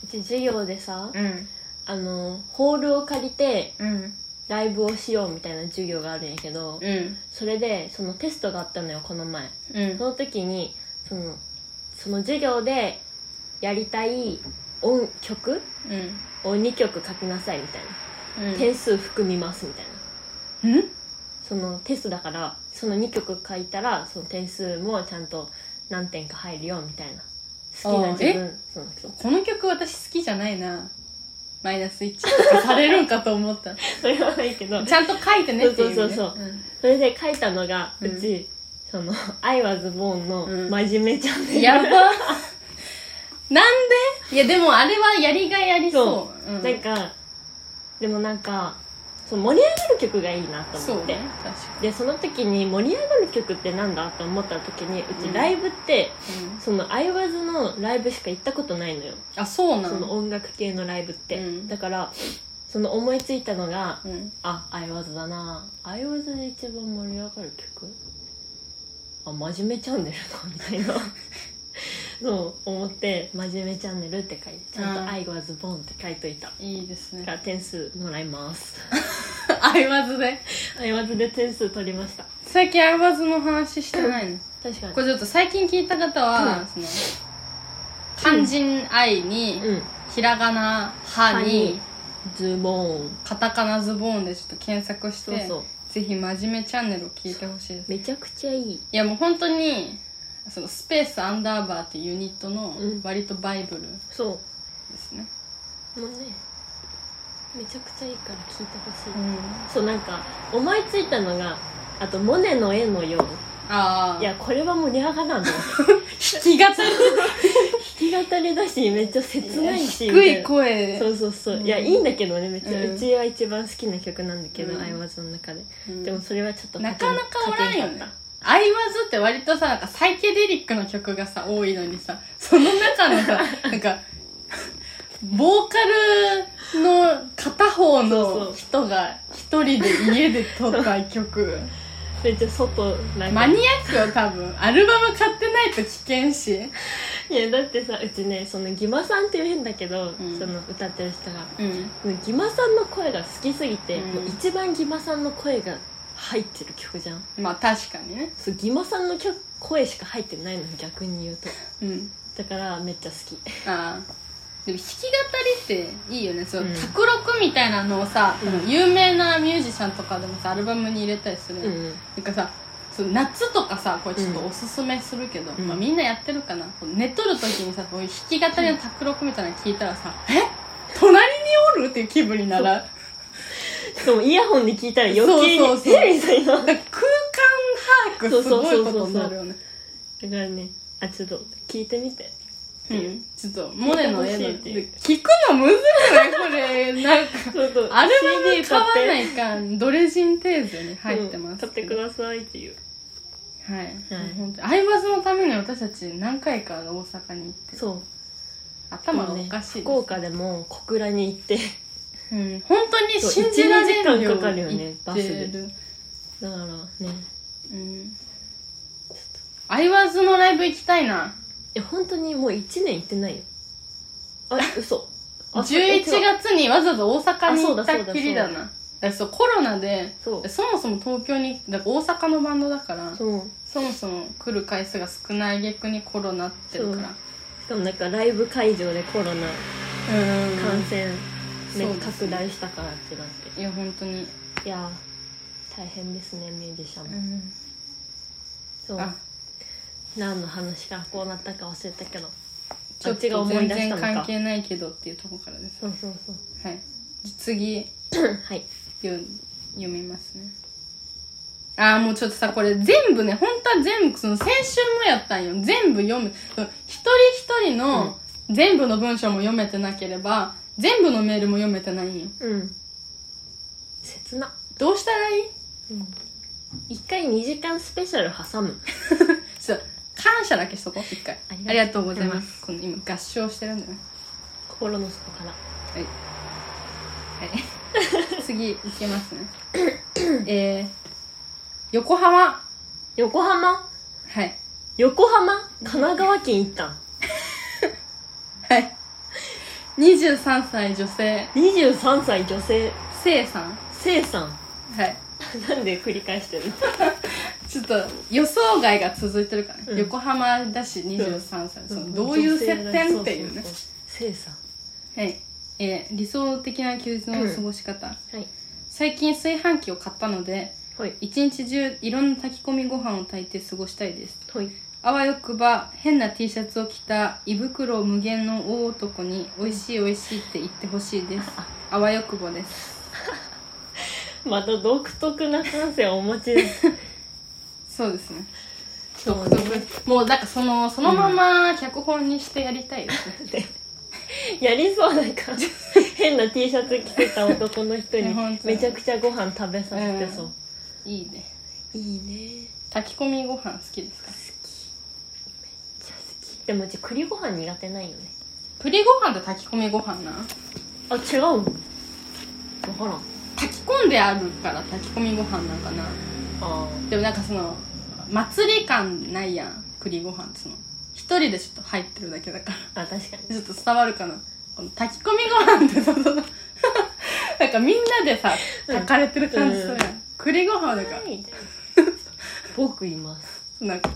Speaker 1: ち授業でさ、
Speaker 2: うん
Speaker 1: あのホールを借りて
Speaker 2: うん
Speaker 1: ライブをしようみたいな授業があるんやけど、
Speaker 2: うん
Speaker 1: それでそのテストがあったのよこの前
Speaker 2: うん
Speaker 1: その時にそのその授業でやりたい音曲
Speaker 2: うん
Speaker 1: を2曲書きなさいみたいな点数含みますみたいな
Speaker 2: うん
Speaker 1: そのテストだからその2曲書いたらその点数もちゃんと何点か入るよみたいな好きな自分そのそう
Speaker 2: この曲私好きじゃないなマイナス1とかされるんかと思った
Speaker 1: それはないけど
Speaker 2: ちゃんと書いてねっていう、ね、
Speaker 1: そうそうそうそれで書いたのがうち、その「I was born」の
Speaker 2: うん
Speaker 1: 真面目ちゃん
Speaker 2: うん
Speaker 1: で、
Speaker 2: やばなんでいやでもあれはやりがいありそううん
Speaker 1: なんかでもなんかその盛り上がる曲がいいなと
Speaker 2: そ
Speaker 1: 思っ
Speaker 2: う
Speaker 1: て
Speaker 2: ね確か
Speaker 1: でその時に盛り上がる曲ってなんだと思った時にう
Speaker 2: う
Speaker 1: ち
Speaker 2: ん
Speaker 1: ライブって、
Speaker 2: に、うん
Speaker 1: そのアイワズのライブしか行ったことないのよ、
Speaker 2: あそうな
Speaker 1: その
Speaker 2: の
Speaker 1: 音楽系のライブって、
Speaker 2: うん
Speaker 1: だからその思いついたのが
Speaker 2: うん
Speaker 1: あアイワズだなアイワズで一番盛り上がる曲あ真面目チャンネルだみたいな [laughs] そう思って「真面目チャンネル」って書いてちゃん
Speaker 2: あー
Speaker 1: と「アイワズボン」って書いといた
Speaker 2: いいです
Speaker 1: だか
Speaker 2: ね [laughs]
Speaker 1: ら点数もらいます
Speaker 2: アイワズで
Speaker 1: アイワズで点数取りました
Speaker 2: 最近アイワズの話してないの
Speaker 1: 確かに
Speaker 2: これちょっと最近聞いた方は、
Speaker 1: うん
Speaker 2: その肝心愛に、
Speaker 1: うん
Speaker 2: ひらがな歯
Speaker 1: 歯
Speaker 2: に
Speaker 1: にズボン
Speaker 2: カタカナズボーンでちょっと検索して
Speaker 1: そうそう
Speaker 2: ぜひ真面目チャンネルを聞いてほしいです
Speaker 1: めちゃくちゃいい
Speaker 2: いやもう本当にそのスペースアンダーバーっていうユニットの
Speaker 1: うん
Speaker 2: 割とバイブルで
Speaker 1: そ
Speaker 2: すね、
Speaker 1: うもうねめちゃくちゃいいから聴いてほしい、
Speaker 2: うん
Speaker 1: そうなんか思いついたのがあと「モネの絵のよう」
Speaker 2: ああ
Speaker 1: いやこれは盛り上がらんの弾
Speaker 2: 弾き語
Speaker 1: き語りだしめっちゃ切ない
Speaker 2: り
Speaker 1: し
Speaker 2: 低い
Speaker 1: みた
Speaker 2: 声
Speaker 1: いな
Speaker 2: で
Speaker 1: そうそうそう、
Speaker 2: うん
Speaker 1: いやいいんだけどねめっちゃ、う
Speaker 2: うん
Speaker 1: ちは一番好きな曲なんだけど、
Speaker 2: うん
Speaker 1: アイワズの中で、
Speaker 2: うん
Speaker 1: でもそれはちょっと
Speaker 2: なかなかおらんよ
Speaker 1: 勝て
Speaker 2: ね
Speaker 1: かっ
Speaker 2: アイワズって割とさなんかサイケデリックの曲がさ多いのにさその中の
Speaker 1: [laughs]
Speaker 2: さなんかボーカルの片方
Speaker 1: そうそ
Speaker 2: の
Speaker 1: う
Speaker 2: 人が一人で家で撮った
Speaker 1: [laughs]
Speaker 2: 曲
Speaker 1: ためっちゃ外なんか
Speaker 2: マニアックよ多分アルバム買ってないと危険し
Speaker 1: いやだってさうちねそのギマさんって言うんだけど、
Speaker 2: ん
Speaker 1: その歌ってる人が
Speaker 2: うん
Speaker 1: ギマさんの声が好きすぎて、
Speaker 2: うん
Speaker 1: もう一番ギマさんの声が入ってる曲じゃん
Speaker 2: まあ確かにね
Speaker 1: そうギマさんの曲声しか入ってないの逆に言うと
Speaker 2: うん
Speaker 1: だからめっちゃ好き
Speaker 2: ああでも弾き語りっていいよねそうの
Speaker 1: ん
Speaker 2: 卓録みたいなのをさ、
Speaker 1: うん
Speaker 2: 有名なミュージシャンとかでもさアルバムに入れたりするよね、
Speaker 1: うん
Speaker 2: なんかさその夏とかさこれちょっとおすすめするけど、
Speaker 1: うん
Speaker 2: まあ、みんなやってるかな、こう寝とる時にさこういう弾き語りの卓録みたいなの聞いたらさ「え隣におる?」っていう気分にならん
Speaker 1: しかもイヤホンで聞いたら余計に
Speaker 2: そうそうそう
Speaker 1: [laughs] えみたいなだか
Speaker 2: なんか空間把握すごいことになるよね
Speaker 1: らねあちょっと聞いてみ
Speaker 2: [laughs]
Speaker 1: て
Speaker 2: う
Speaker 1: そうそうん
Speaker 2: ちょっとモネの絵の
Speaker 1: 聞いてほしいっていう
Speaker 2: 聞くのむずくないこれなんか
Speaker 1: そうそう
Speaker 2: アルバム
Speaker 1: CD
Speaker 2: 買わな
Speaker 1: 買っ
Speaker 2: いかんドレジンテーゼに入ってます、
Speaker 1: うん買ってくださいっていう
Speaker 2: はい、
Speaker 1: い
Speaker 2: 本当にアイバズのために私たち何回か大阪に行って
Speaker 1: そう
Speaker 2: 頭がおかしいです、
Speaker 1: 福岡でも小倉に行って
Speaker 2: うん、本当に信じられる
Speaker 1: そう一
Speaker 2: 量
Speaker 1: 時間かかるよね
Speaker 2: 行っ
Speaker 1: バ
Speaker 2: て
Speaker 1: ス
Speaker 2: る
Speaker 1: でだからね
Speaker 2: うんアイワズのライブ行きたいない
Speaker 1: や本当にもう1年行ってないよあ嘘あ
Speaker 2: 11
Speaker 1: そうえ違う
Speaker 2: 月にわざわざ大阪に
Speaker 1: あ
Speaker 2: 行っ
Speaker 1: そうだそう
Speaker 2: た
Speaker 1: だ
Speaker 2: っきりだなだからそうコロナで
Speaker 1: そう
Speaker 2: そもそも東京にだから大阪のバンドだからそ
Speaker 1: そう
Speaker 2: もそも来る回数が少ない逆にコロナってるから
Speaker 1: しかもなんかライブ会場でコロナ
Speaker 2: うん
Speaker 1: 感染、ね
Speaker 2: そうですね
Speaker 1: 拡大したからってなっ
Speaker 2: いや本当に、
Speaker 1: ていやー大変ですねミュージシャンも、そう
Speaker 2: あ
Speaker 1: 何の話からこうなったか忘れたけど
Speaker 2: ちょっ
Speaker 1: あっちが
Speaker 2: と
Speaker 1: 思い
Speaker 2: 全
Speaker 1: 出した
Speaker 2: 然
Speaker 1: のか
Speaker 2: 関係ないけどっていうところからです
Speaker 1: そうそうそう
Speaker 2: はい次
Speaker 1: [laughs] はい
Speaker 2: 読読みますねああもうちょっとさこれ全部ね本当は全部その先週もやったんよ全部読むその一人一人の全部の文章も読めてなければ全部のメールも読めてないんよ
Speaker 1: うん切な、
Speaker 2: どうしたらいい
Speaker 1: うん、一回2時間スペシャル挟む
Speaker 2: ちょっと感謝だけしとこう一回
Speaker 1: ありがとう
Speaker 2: ありがとうございますこの今合唱してるんだよね
Speaker 1: 心の底から
Speaker 2: はい [laughs] 次いきますね [clears throat] えー、横浜
Speaker 1: 横浜
Speaker 2: はい
Speaker 1: 横浜神奈川県行ったん
Speaker 2: はい23歳女性
Speaker 1: 23歳女性
Speaker 2: せいさん
Speaker 1: せいさん
Speaker 2: はい
Speaker 1: [laughs] なんで繰り返してるの
Speaker 2: ちょっと予想外が続いてるからね、
Speaker 1: うん
Speaker 2: 横浜だし23歳、そのどういう接点っていうね
Speaker 1: そそそせいさん
Speaker 2: はい、えー理想的な休日の過ごし方、
Speaker 1: はい
Speaker 2: 最近炊飯器を買ったので
Speaker 1: はい
Speaker 2: 一日中いろんな炊き込みご飯を炊いて過ごしたいです
Speaker 1: はい
Speaker 2: あわよくば変な T シャツを着た胃袋無限の大男に美味しい美味しいって言ってほしい [laughs] ですあわよくばです
Speaker 1: また独特な感性をお持ちです
Speaker 2: そうですね独特、もうなんかそのそのまま脚本にしてやりたいですね、
Speaker 1: やりそうなんか変な T シャツ着てた男の人に
Speaker 2: ね本当
Speaker 1: めちゃくちゃご飯食べさせてそう、
Speaker 2: いいね
Speaker 1: いいね
Speaker 2: 炊き込みご飯好きですか
Speaker 1: めっちゃ好きでもうち栗ご飯苦手ないよね
Speaker 2: 栗ご飯と炊き込みご飯な
Speaker 1: あ違うの分からん
Speaker 2: 炊き込んであるから炊き込みご飯なんかな
Speaker 1: あ
Speaker 2: でもなんかその祭り感ないやん栗ご飯ってその一人でちょっと入ってるだけだから
Speaker 1: あ確かに
Speaker 2: ちょっと伝わるかなこの炊き込みご飯ってさその [laughs] なんかみんなでさ
Speaker 1: うん
Speaker 2: 炊かれてる感じするやん、
Speaker 1: う
Speaker 2: 栗ご飯なん
Speaker 1: [laughs]
Speaker 2: か
Speaker 1: はい僕います
Speaker 2: なんか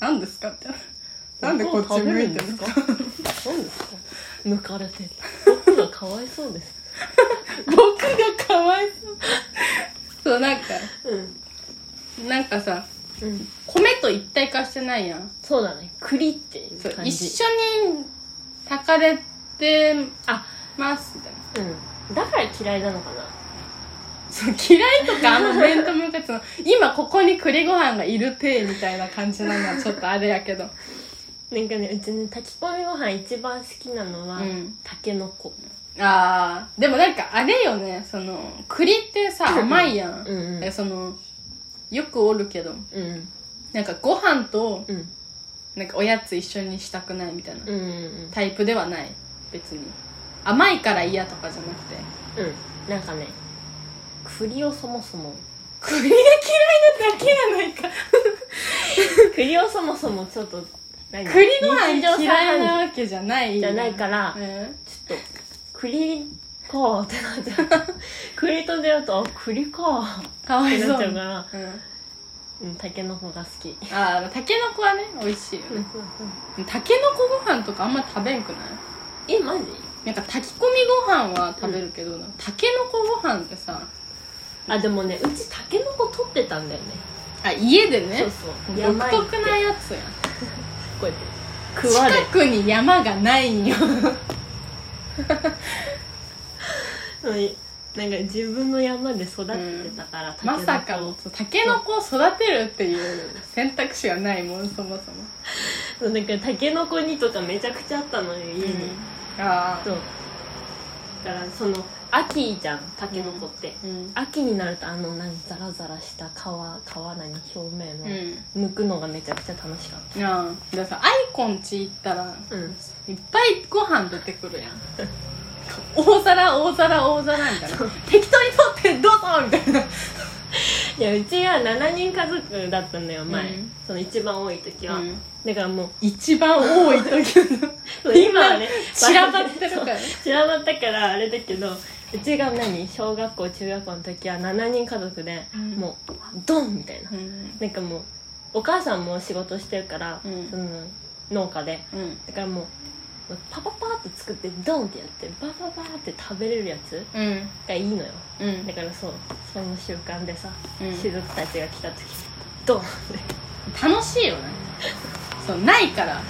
Speaker 2: 何ですかって [laughs] なんでこっち向いてるん [laughs] ですか
Speaker 1: 何ですか抜かれてる僕がかわいそうです
Speaker 2: 僕がかわいそうそうなんか
Speaker 1: うん
Speaker 2: なんかさ
Speaker 1: うん
Speaker 2: 米と一体化してないやん
Speaker 1: そうだね栗っていう
Speaker 2: そう
Speaker 1: 感じ
Speaker 2: 一緒に炊かれて
Speaker 1: あ
Speaker 2: ますみたいな
Speaker 1: うんだから嫌いなのかな
Speaker 2: そう嫌いとかあの面と向かってその今ここに栗ご飯がいるてみたいな感じなのはちょっとあれやけど
Speaker 1: なんかねうちね炊き込みご飯一番好きなのは、
Speaker 2: うん
Speaker 1: たけのこ
Speaker 2: あーでもなんかあれよねその栗ってさ甘いや
Speaker 1: う
Speaker 2: ん、
Speaker 1: んうん
Speaker 2: なんかそのよくおるけど
Speaker 1: うん
Speaker 2: なんかご飯と
Speaker 1: うん
Speaker 2: なんかおやつ一緒にしたくないみたいな
Speaker 1: うんうん
Speaker 2: タイプではない別に甘いから嫌とかじゃなくて
Speaker 1: うんなんかね栗をそもそも
Speaker 2: 栗が嫌いなだけやないか
Speaker 1: [laughs] 栗をそもそもちょっと何
Speaker 2: 栗ご飯
Speaker 1: 日常茶飯事
Speaker 2: 嫌いなわけじゃない
Speaker 1: じゃないから、
Speaker 2: うん
Speaker 1: ちょっと栗かーってなっちゃう
Speaker 2: [laughs]
Speaker 1: 栗と出会うとあ栗かーっ
Speaker 2: かわい
Speaker 1: て
Speaker 2: そう
Speaker 1: なっちゃうから
Speaker 2: うん
Speaker 1: うんたけのこが好き
Speaker 2: ああたけのこはね美味しいよねたけのこご飯とかあんま食べんくない
Speaker 1: えマジ
Speaker 2: なんか炊き込みご飯は食べるけどなたけのこご飯ってさ
Speaker 1: あでもねうちたけのこ取ってたんだよね
Speaker 2: あ家でね
Speaker 1: そうそう
Speaker 2: 独
Speaker 1: 山行って
Speaker 2: 特なやつやん
Speaker 1: こうやって食われ
Speaker 2: 近くに山がな
Speaker 1: [laughs]
Speaker 2: いんよ
Speaker 1: うんなんか自分の山で育ってたから、タケノ
Speaker 2: ま
Speaker 1: コ
Speaker 2: さかのたけのこを育てるっていう選択肢がないもんそもそも
Speaker 1: そうなんかタケノコ煮とかめちゃくちゃあったのよ家に、
Speaker 2: あ
Speaker 1: そうだからその秋じゃんタケノコって、
Speaker 2: あうん
Speaker 1: 秋になるとあの何ザラザラした皮皮何表面の、
Speaker 2: うん
Speaker 1: 剥くのがめちゃくちゃ楽しかっ
Speaker 2: ああでさアイコンち行ったら
Speaker 1: たうん
Speaker 2: いっぱいご飯出てくるやん大皿大皿大皿みたいな
Speaker 1: [laughs]
Speaker 2: 適当に取ってどうぞみたいない
Speaker 1: やうちは7人家族だったんだよ前、
Speaker 2: うん
Speaker 1: その一番多い時は、
Speaker 2: うん
Speaker 1: だからもう
Speaker 2: 一番多い時 [laughs]
Speaker 1: そう
Speaker 2: みん
Speaker 1: 今
Speaker 2: な
Speaker 1: はね
Speaker 2: 散らばってるから
Speaker 1: そう散らばったからあれだけどうちが何小学校中学校の時は7人家族で、
Speaker 2: うん
Speaker 1: もうドンみたいな、
Speaker 2: うん
Speaker 1: なんかもうお母さんも仕事してるから、
Speaker 2: うん
Speaker 1: その農家で
Speaker 2: うん
Speaker 1: だからもうパパパーって作ってドンってやってバババーって食べれるやつ
Speaker 2: うん
Speaker 1: がいいのよ
Speaker 2: うん
Speaker 1: だからそうその習慣でさ、
Speaker 2: うん
Speaker 1: しずくたちが来た時ドンって
Speaker 2: 楽しいよねそうないから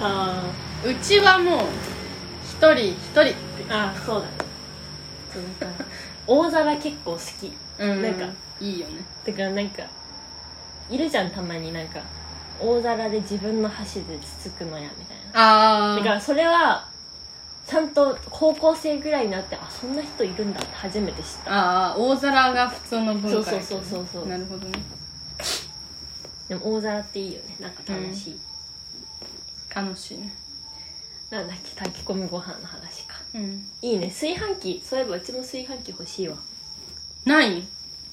Speaker 1: あ
Speaker 2: うちはもう一人一人って
Speaker 1: あそうだねそうなんか大皿結構好き
Speaker 2: うん
Speaker 1: な
Speaker 2: なんん
Speaker 1: か
Speaker 2: かいいよね
Speaker 1: だからなんかいるじゃんたまになんか大皿で自分の箸でつつくのやみたいな
Speaker 2: あ
Speaker 1: だからそれはちゃんと高校生ぐらいになってあそんな人いるんだって初めて知った
Speaker 2: ああ大皿が普通の文化やけど
Speaker 1: そうそうそうそうそう
Speaker 2: なるほどね
Speaker 1: でも大皿っていいよねなんか楽しい、
Speaker 2: 楽しいね
Speaker 1: なんだっけ炊き込みご飯の話か
Speaker 2: うん
Speaker 1: いいね炊飯器そういえばうちも炊飯器欲しいわ
Speaker 2: ない
Speaker 1: い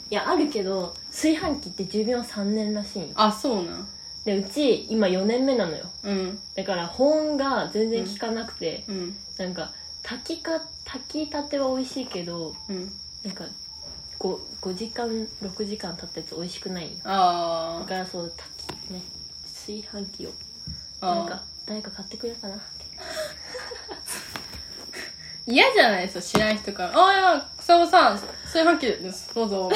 Speaker 1: やあるけど炊飯器って寿命3年らしいんよ
Speaker 2: あそうなん
Speaker 1: でうち今4年目なのよ
Speaker 2: うん
Speaker 1: だから保温が全然効かなくて、
Speaker 2: うん
Speaker 1: なんか炊きか炊きたては美味しいけど
Speaker 2: うん
Speaker 1: なんか 5, 5時間6時間経ったやつ美味しくないよだ
Speaker 2: あー
Speaker 1: からそう炊きね炊飯器をなん
Speaker 2: あ
Speaker 1: か誰か買ってくれるかなって
Speaker 2: ー嫌じゃないですよ知らない人から「ああいや草尾さん炊飯器ですど
Speaker 1: [laughs]
Speaker 2: うぞ」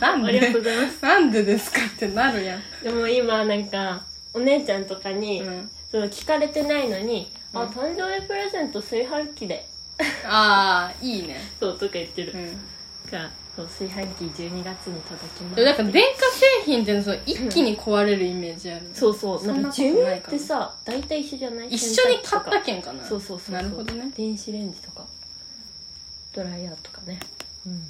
Speaker 2: な
Speaker 1: [laughs]
Speaker 2: ん
Speaker 1: ありがとう
Speaker 2: で
Speaker 1: ございます
Speaker 2: なんでですかってなるやん、
Speaker 1: でも今なんかお姉ちゃんとかに、
Speaker 2: うん、
Speaker 1: その聞かれてないのに「あ
Speaker 2: うん
Speaker 1: 誕生日プレゼント炊飯器で
Speaker 2: ああいいね」
Speaker 1: そうとか言ってる
Speaker 2: うん
Speaker 1: かそう炊飯器12月に届きます
Speaker 2: でもなんか電化製品っていうのはその一気に壊れるイメージある、
Speaker 1: そうそう
Speaker 2: そ
Speaker 1: なんん
Speaker 2: な
Speaker 1: か
Speaker 2: こと
Speaker 1: 寿
Speaker 2: ない
Speaker 1: 命
Speaker 2: かな
Speaker 1: ってさ大体一緒じゃない
Speaker 2: 一緒に
Speaker 1: 洗濯
Speaker 2: 買
Speaker 1: 機と
Speaker 2: っ
Speaker 1: か
Speaker 2: たけんかな
Speaker 1: そうそうそうそう
Speaker 2: なるほどね
Speaker 1: 電子レンジとかドライヤーとかねうん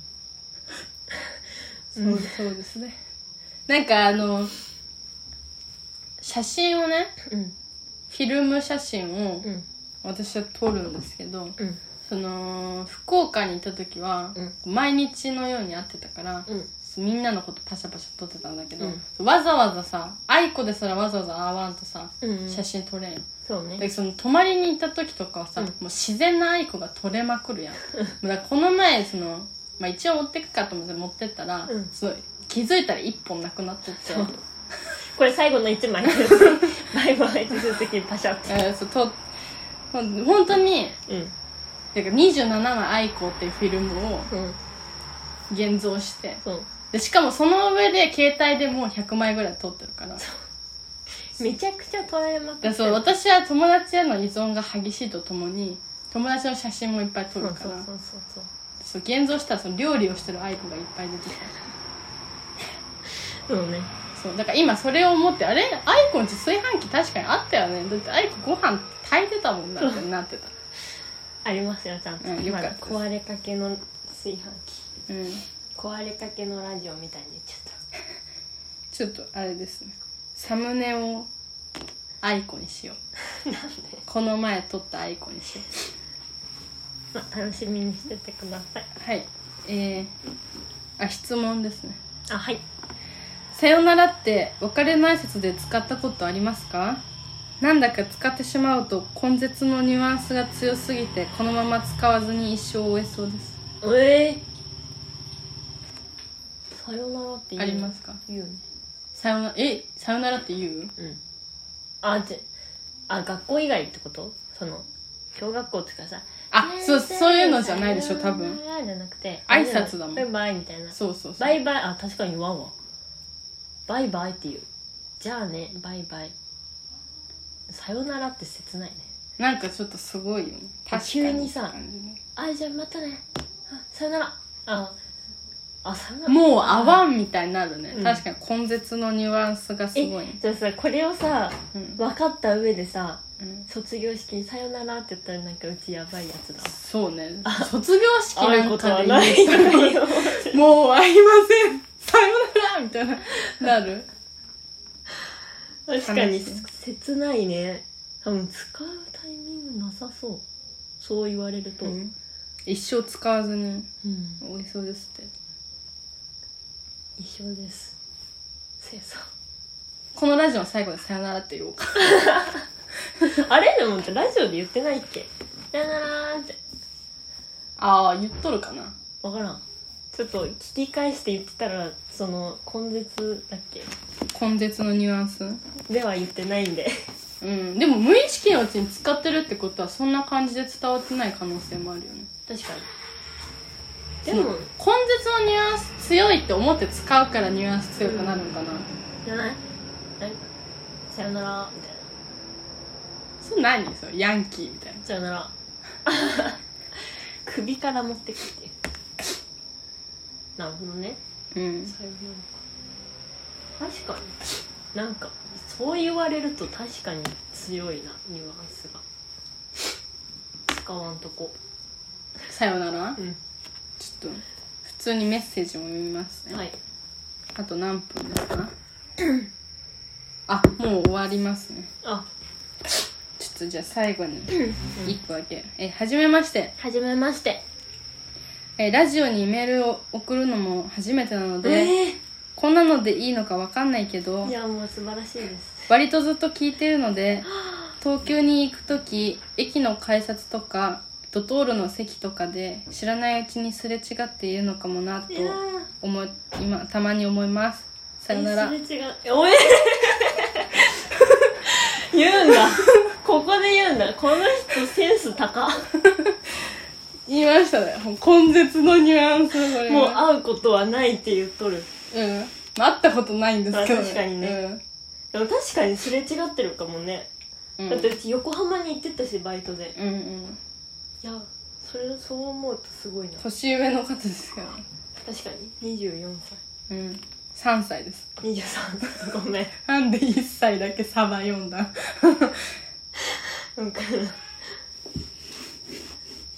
Speaker 2: そうそうですねなんかあの写真をね
Speaker 1: うん
Speaker 2: フィルム写真を
Speaker 1: うん
Speaker 2: 私は撮るんですけど
Speaker 1: うん
Speaker 2: その福岡に行った時は、毎日のように会ってたから、
Speaker 1: うん
Speaker 2: みんなのことパシャパシャ撮ってたんだけど、
Speaker 1: う
Speaker 2: わざわざさ愛子ですらわざわざ会わんとさ
Speaker 1: うん
Speaker 2: 写真撮れんよ、
Speaker 1: そう
Speaker 2: だけ
Speaker 1: ね
Speaker 2: どその泊まりに行った時とかはさ、
Speaker 1: うん
Speaker 2: もう自然な愛子が撮れまくるやんもうだからこの前その、まあ、一応持ってくかと思って持ってったら、
Speaker 1: うん
Speaker 2: その気づいたら一本なくなっとって [laughs]
Speaker 1: そうこれ最後の一枚バイバイってする時にパシャって
Speaker 2: えーそうとほん本当に
Speaker 1: うん
Speaker 2: だから27枚愛子っていうフィルムを
Speaker 1: うん
Speaker 2: 現像して
Speaker 1: そう
Speaker 2: でしかもその上で携帯でもう100枚ぐらい撮ってるから
Speaker 1: めちゃくちゃ捉えまくって
Speaker 2: で
Speaker 1: る
Speaker 2: そう私は友達への依存が激しいとともに友達の写真もいっぱい
Speaker 1: そ
Speaker 2: 撮
Speaker 1: う
Speaker 2: る
Speaker 1: そう
Speaker 2: か
Speaker 1: そ
Speaker 2: ら
Speaker 1: うそうそう
Speaker 2: そう現像したらその料理をしてる愛子がいっぱい出てき
Speaker 1: そ
Speaker 2: た
Speaker 1: うね
Speaker 2: そうだから今それを思ってあれアイコンち炊飯器確かにあったよねだってアイコンご飯炊いてたもんなってなってた
Speaker 1: ありますよちゃんと、
Speaker 2: うんよ
Speaker 1: 今
Speaker 2: かったです
Speaker 1: 壊れかけの炊飯器
Speaker 2: うん
Speaker 1: 壊れかけのラジオみたいに言っちゃった
Speaker 2: ちょっとあれですねサムネをアイコにしよ
Speaker 1: [laughs]
Speaker 2: う
Speaker 1: なんで、
Speaker 2: この前撮ったアイコにしよ
Speaker 1: まあ、楽しみにしててくださいう
Speaker 2: はいえー、あ質問ですね
Speaker 1: あはい
Speaker 2: さよならって別れの挨拶で使ったことありますかなんだか使ってしまうと根絶のニュアンスが強すぎてこのまま使わずに一生終えそうです
Speaker 1: ええさよならって言う
Speaker 2: ありますか
Speaker 1: 言うね
Speaker 2: さよなえさよならって言う
Speaker 1: うんあじあ学校以外ってことその小学校っていうかさ
Speaker 2: あ
Speaker 1: ねえ
Speaker 2: そう
Speaker 1: 先生
Speaker 2: そういうのじゃないでしょ多分
Speaker 1: さよならじゃなくて
Speaker 2: 挨拶だもん
Speaker 1: バイバイみたいな
Speaker 2: そうそうそう
Speaker 1: バイバイあ確かに言わんわバイバイって言うじゃあねバイバイさよならって切ないね
Speaker 2: なんかちょっとすごいよね
Speaker 1: 急にさ
Speaker 2: 確かって感じね
Speaker 1: あじゃあまたねあさよならああさよなら
Speaker 2: もう合わんみたいになるね、
Speaker 1: うん
Speaker 2: 確かに根絶のニュアンスがすごいね
Speaker 1: じゃあさこれをさ
Speaker 2: うん
Speaker 1: 分かった上でさ
Speaker 2: うん
Speaker 1: 卒業式に「さよなら」って言ったらなんかうちやばいやつだ
Speaker 2: そうね卒業式なんかで
Speaker 1: ない
Speaker 2: 言うと
Speaker 1: よ
Speaker 2: もう会いませんさよならみたいななる
Speaker 1: [laughs] 確かに
Speaker 2: 悲しい
Speaker 1: 切ないね多分使うタイミングなさそうそう言われると、
Speaker 2: うん一生使わず
Speaker 1: う
Speaker 2: に
Speaker 1: ん
Speaker 2: 終えそうですって
Speaker 1: 一緒です清掃
Speaker 2: このラジオの最後でさよならって言おうか
Speaker 1: [laughs] あれでもラジオで言ってないっけさよならーって
Speaker 2: ああ言っとるかな
Speaker 1: 分からんちょっと聞き返して言ってたらその根絶だっけ
Speaker 2: 根絶のニュアンス
Speaker 1: では言ってないんで
Speaker 2: うん、でも無意識のうちに使ってるってことはそんな感じで伝わってない可能性もあるよね
Speaker 1: 確かに
Speaker 2: そ
Speaker 1: で
Speaker 2: の
Speaker 1: も
Speaker 2: 根絶のニュアンス強いって思って使うからニュアンス強くなるのかな、
Speaker 1: じゃないえさよならみたいな
Speaker 2: それ何それヤンキーみたいな
Speaker 1: さよなら [laughs] 首から持ってくっていうなるほどね
Speaker 2: うん
Speaker 1: さよなら確かになんかそう言われると確かに強いなニュアンスが使わんとこ
Speaker 2: さよなら
Speaker 1: うん
Speaker 2: ちょっと普通にメッセージも読みますね、
Speaker 1: はい
Speaker 2: あと何分ですか [coughs] あもう終わりますね
Speaker 1: あ
Speaker 2: ちょっとじゃあ最後に1個だけ、えはじめまして
Speaker 1: はじめまして
Speaker 2: えラジオにメールを送るのも初めてなので、
Speaker 1: え
Speaker 2: こんなのでいいのかわかんないけど
Speaker 1: ー、いやもう素晴らしいです
Speaker 2: 割とずっと聞いてる
Speaker 1: [gasps]
Speaker 2: ので東京に行く時駅の改札とかドトールの席とかで知らないうちにすれ違っているのかもなと
Speaker 1: いや
Speaker 2: 思い今たまに思いますさよなら
Speaker 1: えすれ違うえおえ [laughs] 言うんだここで言うんだこの人センス高
Speaker 2: 言いましたねもう根絶のニュアンスこれ
Speaker 1: もう会うことはないって言っとる
Speaker 2: うんまあ会ったことないんですけ
Speaker 1: まあ
Speaker 2: ど、
Speaker 1: 確かにねでも確かにすれ違ってるかもね
Speaker 2: うん、うん
Speaker 1: だってうち横浜に行ってたしバイトで
Speaker 2: うんうん
Speaker 1: いやそれそう思うとすごいな
Speaker 2: 年上の方ですけど
Speaker 1: 確かに24歳
Speaker 2: うん3歳です
Speaker 1: 23歳ご [laughs] めん
Speaker 2: なんで1歳だけサバ読んだ [laughs]
Speaker 1: 分からん [laughs]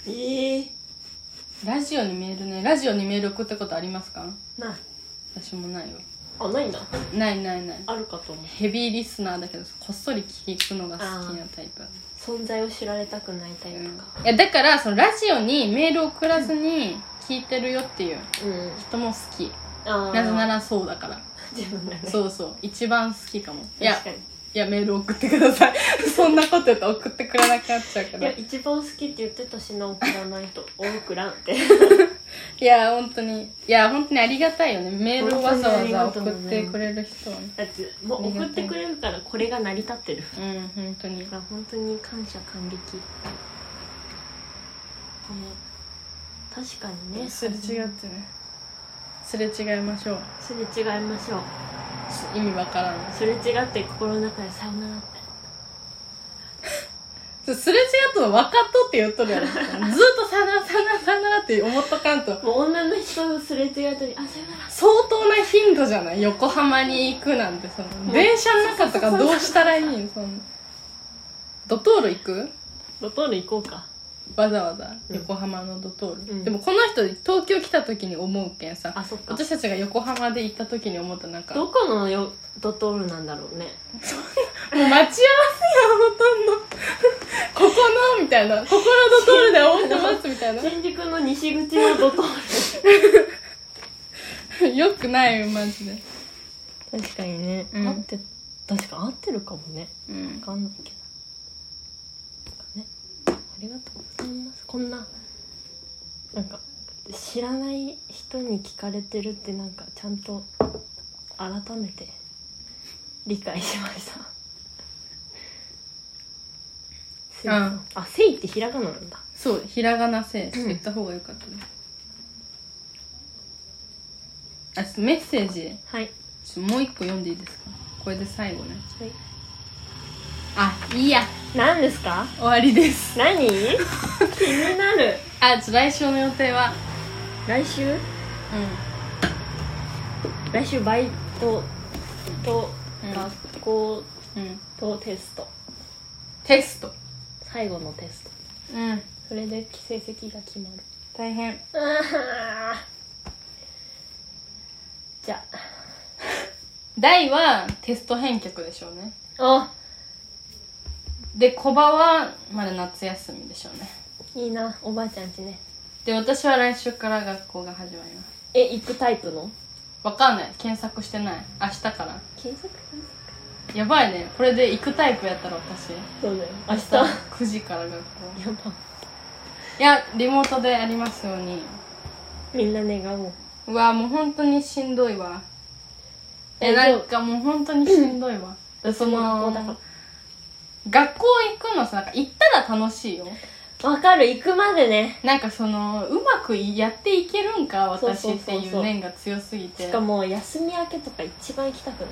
Speaker 1: ええ
Speaker 2: ラジオにメールねラジオにメール送ったことありますか
Speaker 1: ない
Speaker 2: 私もないよ
Speaker 1: あないんだ
Speaker 2: ないないない
Speaker 1: あるかと思う
Speaker 2: ヘビーリスナーだけどこっそり聞くのが好きなタイプ
Speaker 1: 存在を知られたくないタイ
Speaker 2: う
Speaker 1: プ
Speaker 2: ん
Speaker 1: か
Speaker 2: いやだからそのラジオにメールを送らずに聞いてるよっていう
Speaker 1: うん
Speaker 2: 人も好き
Speaker 1: ああ
Speaker 2: なぜならそうだから
Speaker 1: 自分がね
Speaker 2: そうそう一番好きかもいや
Speaker 1: 確かに
Speaker 2: いやメール送ってください [laughs] そんなこと言うと送ってくれなくなっちゃうか
Speaker 1: い
Speaker 2: ら
Speaker 1: や
Speaker 2: い
Speaker 1: 一番好きって言ってたしな送らない人多くらんって
Speaker 2: [laughs] や本当にいや本当にありがたいよねメールをわざわ
Speaker 1: 本当にあ
Speaker 2: ざ送
Speaker 1: りがとう
Speaker 2: っ
Speaker 1: ござい
Speaker 2: て
Speaker 1: ます
Speaker 2: くれる人はね
Speaker 1: だってもう
Speaker 2: ありが
Speaker 1: 送
Speaker 2: たい
Speaker 1: ってくれるからこれが成り立ってる
Speaker 2: うん本当に
Speaker 1: だから本当に感謝感激ね確かにね
Speaker 2: すれ違ってねすれ違いましょう
Speaker 1: すれ違いましょう
Speaker 2: 意味わからない
Speaker 1: すれ違って心の中でさよならって
Speaker 2: そうすれ違ったの分かっとって言っとるやろ [laughs] ずっとさよならさよならさよならって思っとかんと
Speaker 1: もう女の人のすれ違いとに「あさよなら
Speaker 2: 相当な頻度じゃない横浜に行くなんてその電車の中とかどうしたらいいんそのドトール行く」
Speaker 1: ドトール行こうか
Speaker 2: わざわざ
Speaker 1: うん
Speaker 2: 横浜のドトール、
Speaker 1: うん
Speaker 2: でもこの人東京来た時に思うけんさ
Speaker 1: あそっか
Speaker 2: 私たちが横浜で行った時に思ったなんかも
Speaker 1: どこのよドトールなんだろうね
Speaker 2: う待ち合わせやほとんど [laughs] ここのみたいなここのドトールで思ってますみたいな
Speaker 1: 新宿の西口のドトー
Speaker 2: よくない [laughs] よマジで
Speaker 1: ル [laughs] 確かにね、
Speaker 2: うん
Speaker 1: 合って確か合ってるかもね
Speaker 2: うん
Speaker 1: わかんないけどなんかねありがとうございますこんななんか知らない人に聞かれてるってなんかちゃんと改めて理解しましたせいさんあせいってひらがななんだ
Speaker 2: そうひらがなせい
Speaker 1: うん
Speaker 2: 言った方がよかったです、あメッセージ
Speaker 1: はい
Speaker 2: ちょっともう一個読んでいいですかこれで最後ね
Speaker 1: はい
Speaker 2: あいいや
Speaker 1: 何ですか
Speaker 2: 終わりです
Speaker 1: 何気になる
Speaker 2: あちょ来週の予定は
Speaker 1: 来週
Speaker 2: う
Speaker 1: 来週バイトと
Speaker 2: うん
Speaker 1: 学校
Speaker 2: んうん
Speaker 1: とテスト
Speaker 2: テスト
Speaker 1: 最後のテスト
Speaker 2: うん
Speaker 1: それで成績が決まる
Speaker 2: 大変
Speaker 1: じゃ
Speaker 2: 大はテスト返却でしょうね
Speaker 1: あ
Speaker 2: で小バはまだ夏休みでしょうね
Speaker 1: おいいなおばあちゃんちね
Speaker 2: で私は来週から学校が始まります
Speaker 1: え行くタイプの
Speaker 2: わかんない検索してない明日から
Speaker 1: 検索
Speaker 2: やばいねこれで行くタイプやったら私
Speaker 1: そうだよ明日
Speaker 2: 明9時から学校
Speaker 1: やば
Speaker 2: いやリモートでやりますように
Speaker 1: みんな願おう
Speaker 2: うわもう本当にしんどいわえ
Speaker 1: え
Speaker 2: なんかもう本当にしんどいわそ
Speaker 1: 学校だ
Speaker 2: の
Speaker 1: か
Speaker 2: 学校行くのさなんか行ったら楽しいよ
Speaker 1: らわかる行くまでね
Speaker 2: なんかそのうまくやっていけるんか
Speaker 1: そうそうそう
Speaker 2: 私っ
Speaker 1: そう
Speaker 2: ていう念が強すぎて
Speaker 1: しかも休み明けとか一番行きたくない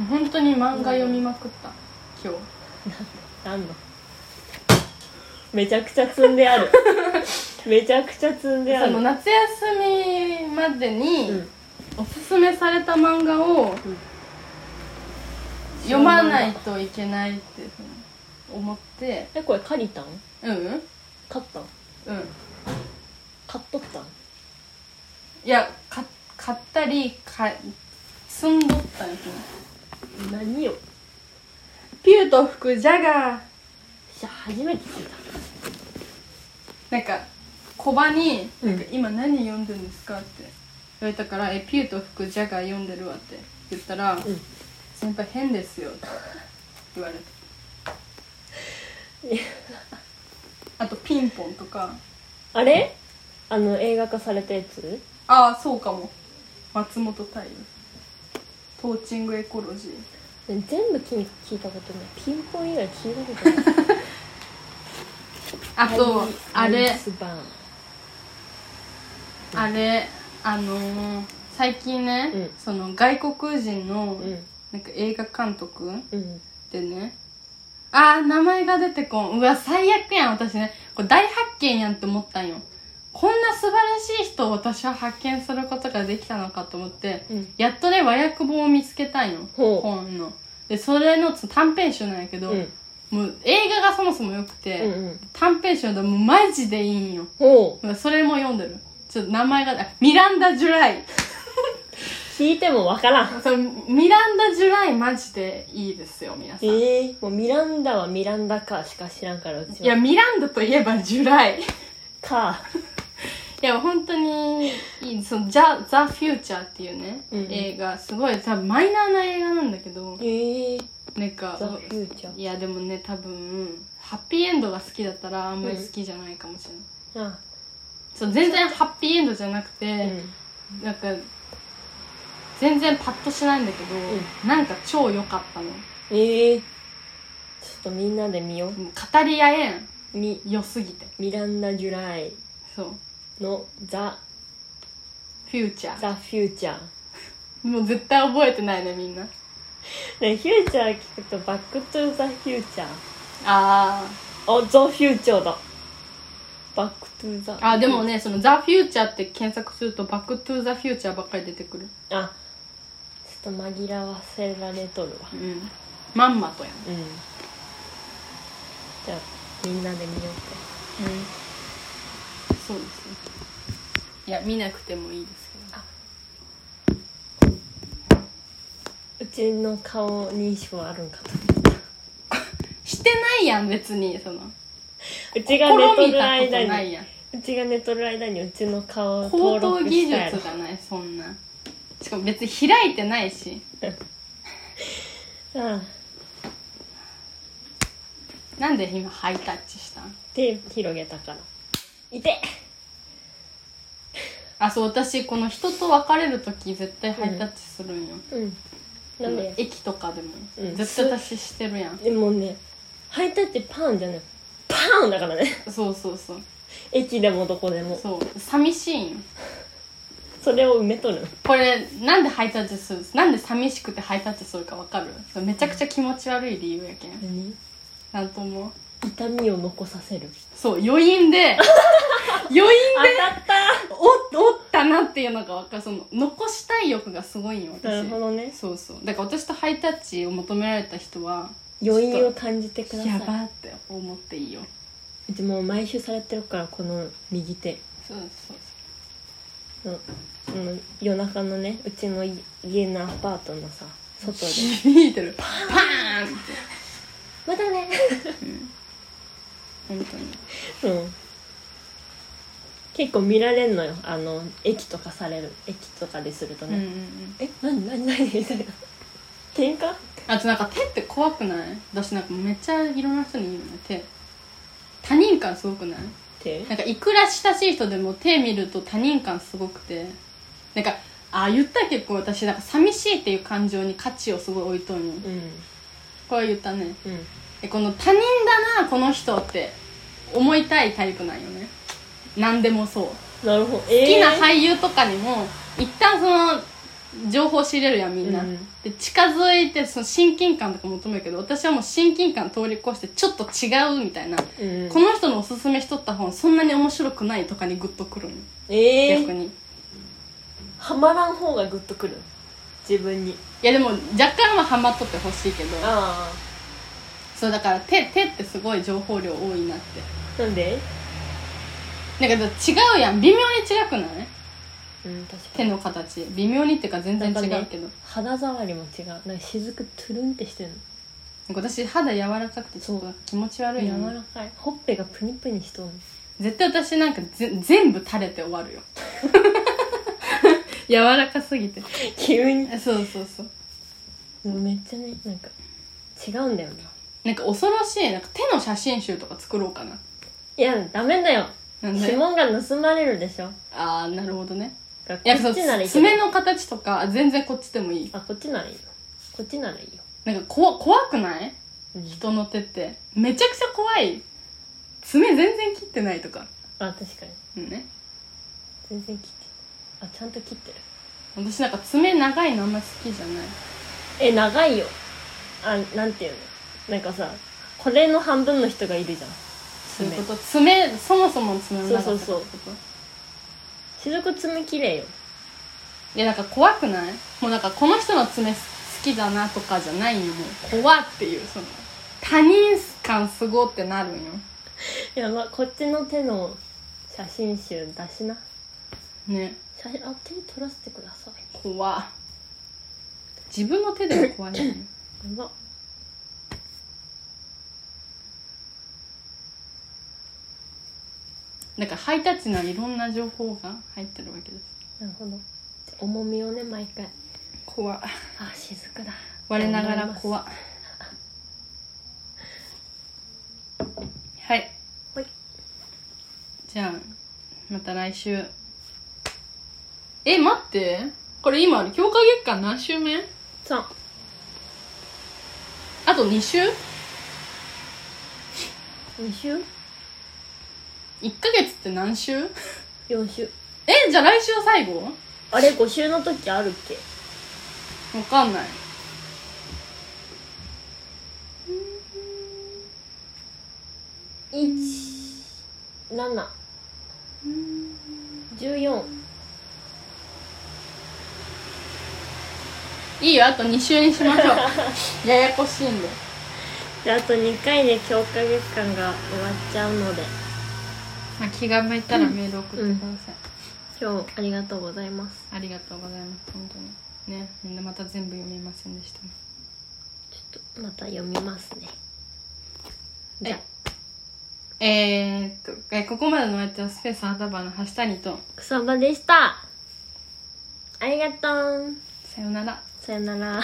Speaker 2: うん本当に漫画読みまくった今
Speaker 1: なんのめちゃくちゃ積んで [laughs] あるめちゃくちゃ積んで
Speaker 2: 日
Speaker 1: あ
Speaker 2: そ
Speaker 1: る
Speaker 2: の夏休みまでに、
Speaker 1: うん
Speaker 2: おすすめされた漫画を
Speaker 1: ん
Speaker 2: 読まないといけないって思って
Speaker 1: えこれ借りたん
Speaker 2: うんうん
Speaker 1: 買ったん買っとったん
Speaker 2: いやか買ったりか積んどったんですね
Speaker 1: 何よ
Speaker 2: ピューと吹くジャガー
Speaker 1: じゃあ初めて聞いた
Speaker 2: なんか小バに、
Speaker 1: うん
Speaker 2: なんか今何読んでるんですか?」って言われたから「えピューと吹くジャガー読んでるわ」って言ったら「
Speaker 1: ん
Speaker 2: 先輩変ですよ」って言われて
Speaker 1: いや
Speaker 2: あと「ピンポン」とか
Speaker 1: あれあの映画化されたやつ
Speaker 2: ああそうかも松本太陽トーチングエコロジー
Speaker 1: 全部聞い聞いたことないピンポン以外聞いたことない
Speaker 2: [laughs] あとあれ
Speaker 1: アイスバーン
Speaker 2: あれあのー最近ね、
Speaker 1: うん
Speaker 2: その外国人の
Speaker 1: うん
Speaker 2: なんか映画監督
Speaker 1: うん
Speaker 2: でねあー名前が出てこんうわ最悪やん私ねこれ大発見やんって思ったんよここんな素晴らしい人を私は発見することができたのかと思って
Speaker 1: うん
Speaker 2: やっとね和訳本を見つけたいの
Speaker 1: ほう
Speaker 2: 本のでそれの短編集なんやけど、
Speaker 1: うん
Speaker 2: もう映画がそもそも良くて、
Speaker 1: うんうん
Speaker 2: 短編集だもうマジでいいんよ
Speaker 1: ほう
Speaker 2: それも読んでるちょっと名前があミランダ・ジュライ
Speaker 1: 聞いてもわからん
Speaker 2: そうミランダ・ジュライマジでいいですよ皆さん、
Speaker 1: ええもうミランダはミランダかしか知らんからうち
Speaker 2: いや
Speaker 1: は
Speaker 2: ミランダといえばジュライい
Speaker 1: か
Speaker 2: や本当にいいそのザ・ザ・フューチャーっていうね、
Speaker 1: うんうん
Speaker 2: 映画すごい多分マイナーな映画なんだけど
Speaker 1: ええ
Speaker 2: なんか
Speaker 1: ザ・フューチャー
Speaker 2: いやでもね多分ハッピーエンドが好きだったらあんまり好きじゃないかもしれない、
Speaker 1: あ
Speaker 2: そう全然ハッピーエンドじゃなくて、
Speaker 1: うん
Speaker 2: なんか全然パッとしないんだけど、
Speaker 1: う
Speaker 2: なんか超良かったのも
Speaker 1: ええちょっとみんなで見よう
Speaker 2: う語り合えん
Speaker 1: み
Speaker 2: 良すぎて
Speaker 1: ミランダ・ジュライ
Speaker 2: そう
Speaker 1: のザ・
Speaker 2: フューチャー
Speaker 1: ザ・フューチャー
Speaker 2: もう絶対覚えてないねみんな
Speaker 1: ねフューチャー聞くとバック・トゥ・ザ・フューチャー
Speaker 2: あ
Speaker 1: あザ・フューチャーだバック・トゥ・ザ・
Speaker 2: ーあでもねその「ザ・フューチャー」って検索すると「バック・トゥ・ザ・フューチャー」ばっかり出てくる
Speaker 1: あちょっと紛らわせられとるわ
Speaker 2: うんまんまとやん、
Speaker 1: うんじゃあみんなで見ようか
Speaker 2: そうですねいや見なくてもいいですけど
Speaker 1: うちの顔認証あるんかと
Speaker 2: してないやん別にその
Speaker 1: うちが寝と
Speaker 2: 試み
Speaker 1: る
Speaker 2: たこと
Speaker 1: 間
Speaker 2: ない
Speaker 1: に
Speaker 2: やん
Speaker 1: うちが寝とる間にうちの顔を
Speaker 2: 高
Speaker 1: 登
Speaker 2: 等
Speaker 1: 録
Speaker 2: 技
Speaker 1: し
Speaker 2: 術
Speaker 1: たやろ
Speaker 2: じゃないそんなしかも別に開いてないし
Speaker 1: ああ
Speaker 2: なんで今ハイタッチしたん
Speaker 1: 手広げたからいて
Speaker 2: あそう私この人と別れる時絶対ハイタッチするんよ、
Speaker 1: うんなんで、
Speaker 2: 駅とかでも、
Speaker 1: うん
Speaker 2: 絶対私してるやん
Speaker 1: でもねハイタッチパンじゃないパーンだからね [laughs]
Speaker 2: そうそうそう
Speaker 1: 駅でもどこでも
Speaker 2: そう寂しいんよ
Speaker 1: それを埋めとる
Speaker 2: これなんでハイタッチするなんで寂しくてハイタッチするかわかるめちゃくちゃ気持ち悪い理由やけん、
Speaker 1: 何
Speaker 2: なんとも
Speaker 1: 痛みを残させる
Speaker 2: そう余韻 [laughs] で余韻
Speaker 1: 当たった
Speaker 2: おおったなっていうのが分かるその残したい欲がすごいんよ私
Speaker 1: なるほどね
Speaker 2: そうそうだから私とハイタッチを求められた人は
Speaker 1: 余韻を感じてくだ
Speaker 2: や
Speaker 1: さい
Speaker 2: ばって思っていいよ
Speaker 1: うちもう毎週されてるからこの右手
Speaker 2: そうそう
Speaker 1: のその夜中のねうちのい家のアパートのさ外で
Speaker 2: 響いてるパーンって
Speaker 1: 「またね
Speaker 2: 本当に」
Speaker 1: [laughs] うん結構見られんのよあの駅とかされる駅とかですると
Speaker 2: うんうんう
Speaker 1: ね
Speaker 2: ん
Speaker 1: 「え何何何?」みたいな喧嘩
Speaker 2: あとなんか手って怖くない私なんかめっちゃいろんな人に言うよね手他人感すごくない
Speaker 1: って
Speaker 2: なんかいくら親しい人でも手見ると他人感すごくてなんかあ言った結構私なんか寂しいっていう感情に価値をすごい置いとんよ
Speaker 1: うん
Speaker 2: これ言ったね
Speaker 1: うん
Speaker 2: えこの他人だなこの人って思いたいタイプなんよね何でもそう
Speaker 1: なるほど好
Speaker 2: 好きな
Speaker 1: イ
Speaker 2: 俳優とかにも一旦その情報知れるやんみんな、
Speaker 1: うん
Speaker 2: で近づいてその親近感とか求めるけど私はもう親近感通り越してちょっと違うみたいな、
Speaker 1: うん
Speaker 2: この人のおすすめしとった本そんなに面白くないとかにグッとくるの
Speaker 1: え
Speaker 2: 逆
Speaker 1: ー、
Speaker 2: に
Speaker 1: はまらん方がグッとくる自分に
Speaker 2: いやでも若干はハマっとってほしいけど
Speaker 1: あ
Speaker 2: そうだから手手ってすごい情報量多いなって
Speaker 1: あなんで
Speaker 2: なんか違うやん微妙に違くない
Speaker 1: うん確か
Speaker 2: 手
Speaker 1: に
Speaker 2: の形微妙にっていうか全然違うけど、
Speaker 1: 肌触りも違うなんか雫トゥルンってしてるの
Speaker 2: なんか私肌柔らかくてちょっと気持ち悪い
Speaker 1: 柔
Speaker 2: な
Speaker 1: らかいほっぺがプニプニしとんの
Speaker 2: 絶対私なんかぜ全部垂れて終わるよ [laughs] 柔らかすぎて
Speaker 1: 急に
Speaker 2: そうそうそう
Speaker 1: めっちゃねなんか違うんだよな
Speaker 2: なんか恐ろしいなんか手の写真集とか作ろうかない
Speaker 1: やダメだよ
Speaker 2: なん
Speaker 1: 指
Speaker 2: で
Speaker 1: 紋が盗まれるでしょ
Speaker 2: ああなるほどね
Speaker 1: だ
Speaker 2: い
Speaker 1: か
Speaker 2: や
Speaker 1: らこ
Speaker 2: そ
Speaker 1: っ
Speaker 2: う
Speaker 1: ちならいいけど
Speaker 2: 爪の形とか全然こっちでもいい
Speaker 1: あこっちならいいよこっちならいいよ、
Speaker 2: なんかこわ怖くない
Speaker 1: うん
Speaker 2: 人の手ってめちゃくちゃ怖い爪全然切ってないとか
Speaker 1: あ確かに
Speaker 2: うんね
Speaker 1: 全然切ってあちゃんと切ってる
Speaker 2: 私なんか爪長いのあんま好きじゃない
Speaker 1: え長いよあなんていうのなんかさこれの半分の人がいるじゃん
Speaker 2: そういうこと爪そもそも爪長かったってこと
Speaker 1: そうそう雫爪綺麗よ
Speaker 2: いやなんか怖くないもうなんかこの人の爪好きだなとかじゃないよもう怖っていうその他人感すごってなるんよ
Speaker 1: やばこっちの手の写真集出しな
Speaker 2: ね
Speaker 1: 写真あ手に取らせてください
Speaker 2: 怖自分の手でも怖いよ [laughs] ね
Speaker 1: やば
Speaker 2: なんかハイタッチないろんな情報が入ってるわけです
Speaker 1: なるほど重みをね毎回
Speaker 2: 怖
Speaker 1: あ雫だ
Speaker 2: 我ながら怖はい
Speaker 1: はい
Speaker 2: じゃあまた来週え待ってこれ今強化月間何週目
Speaker 1: さ
Speaker 2: あと2週
Speaker 1: あ2週
Speaker 2: ?1 ヶ月って何週
Speaker 1: 4週
Speaker 2: えじゃあ来週は最後わ
Speaker 1: あれ5週の時あるっけ
Speaker 2: かんない
Speaker 1: 1714
Speaker 2: いいよあと2週にしまし
Speaker 1: [laughs]
Speaker 2: ょうややこしいんで
Speaker 1: であと2回で強化月間が終わっちゃうので
Speaker 2: まあ、気が向いたらメール送ってください、
Speaker 1: 今日ありがとうございます
Speaker 2: ありがとうございます本当にねみんなまた全部読めませんでしたね
Speaker 1: ちょっとまた読みますねじゃあ
Speaker 2: えー、っとえここまでのお相手はスペースはたばの橋谷と
Speaker 1: 草場でしたありがとう
Speaker 2: さよなら
Speaker 1: さよなら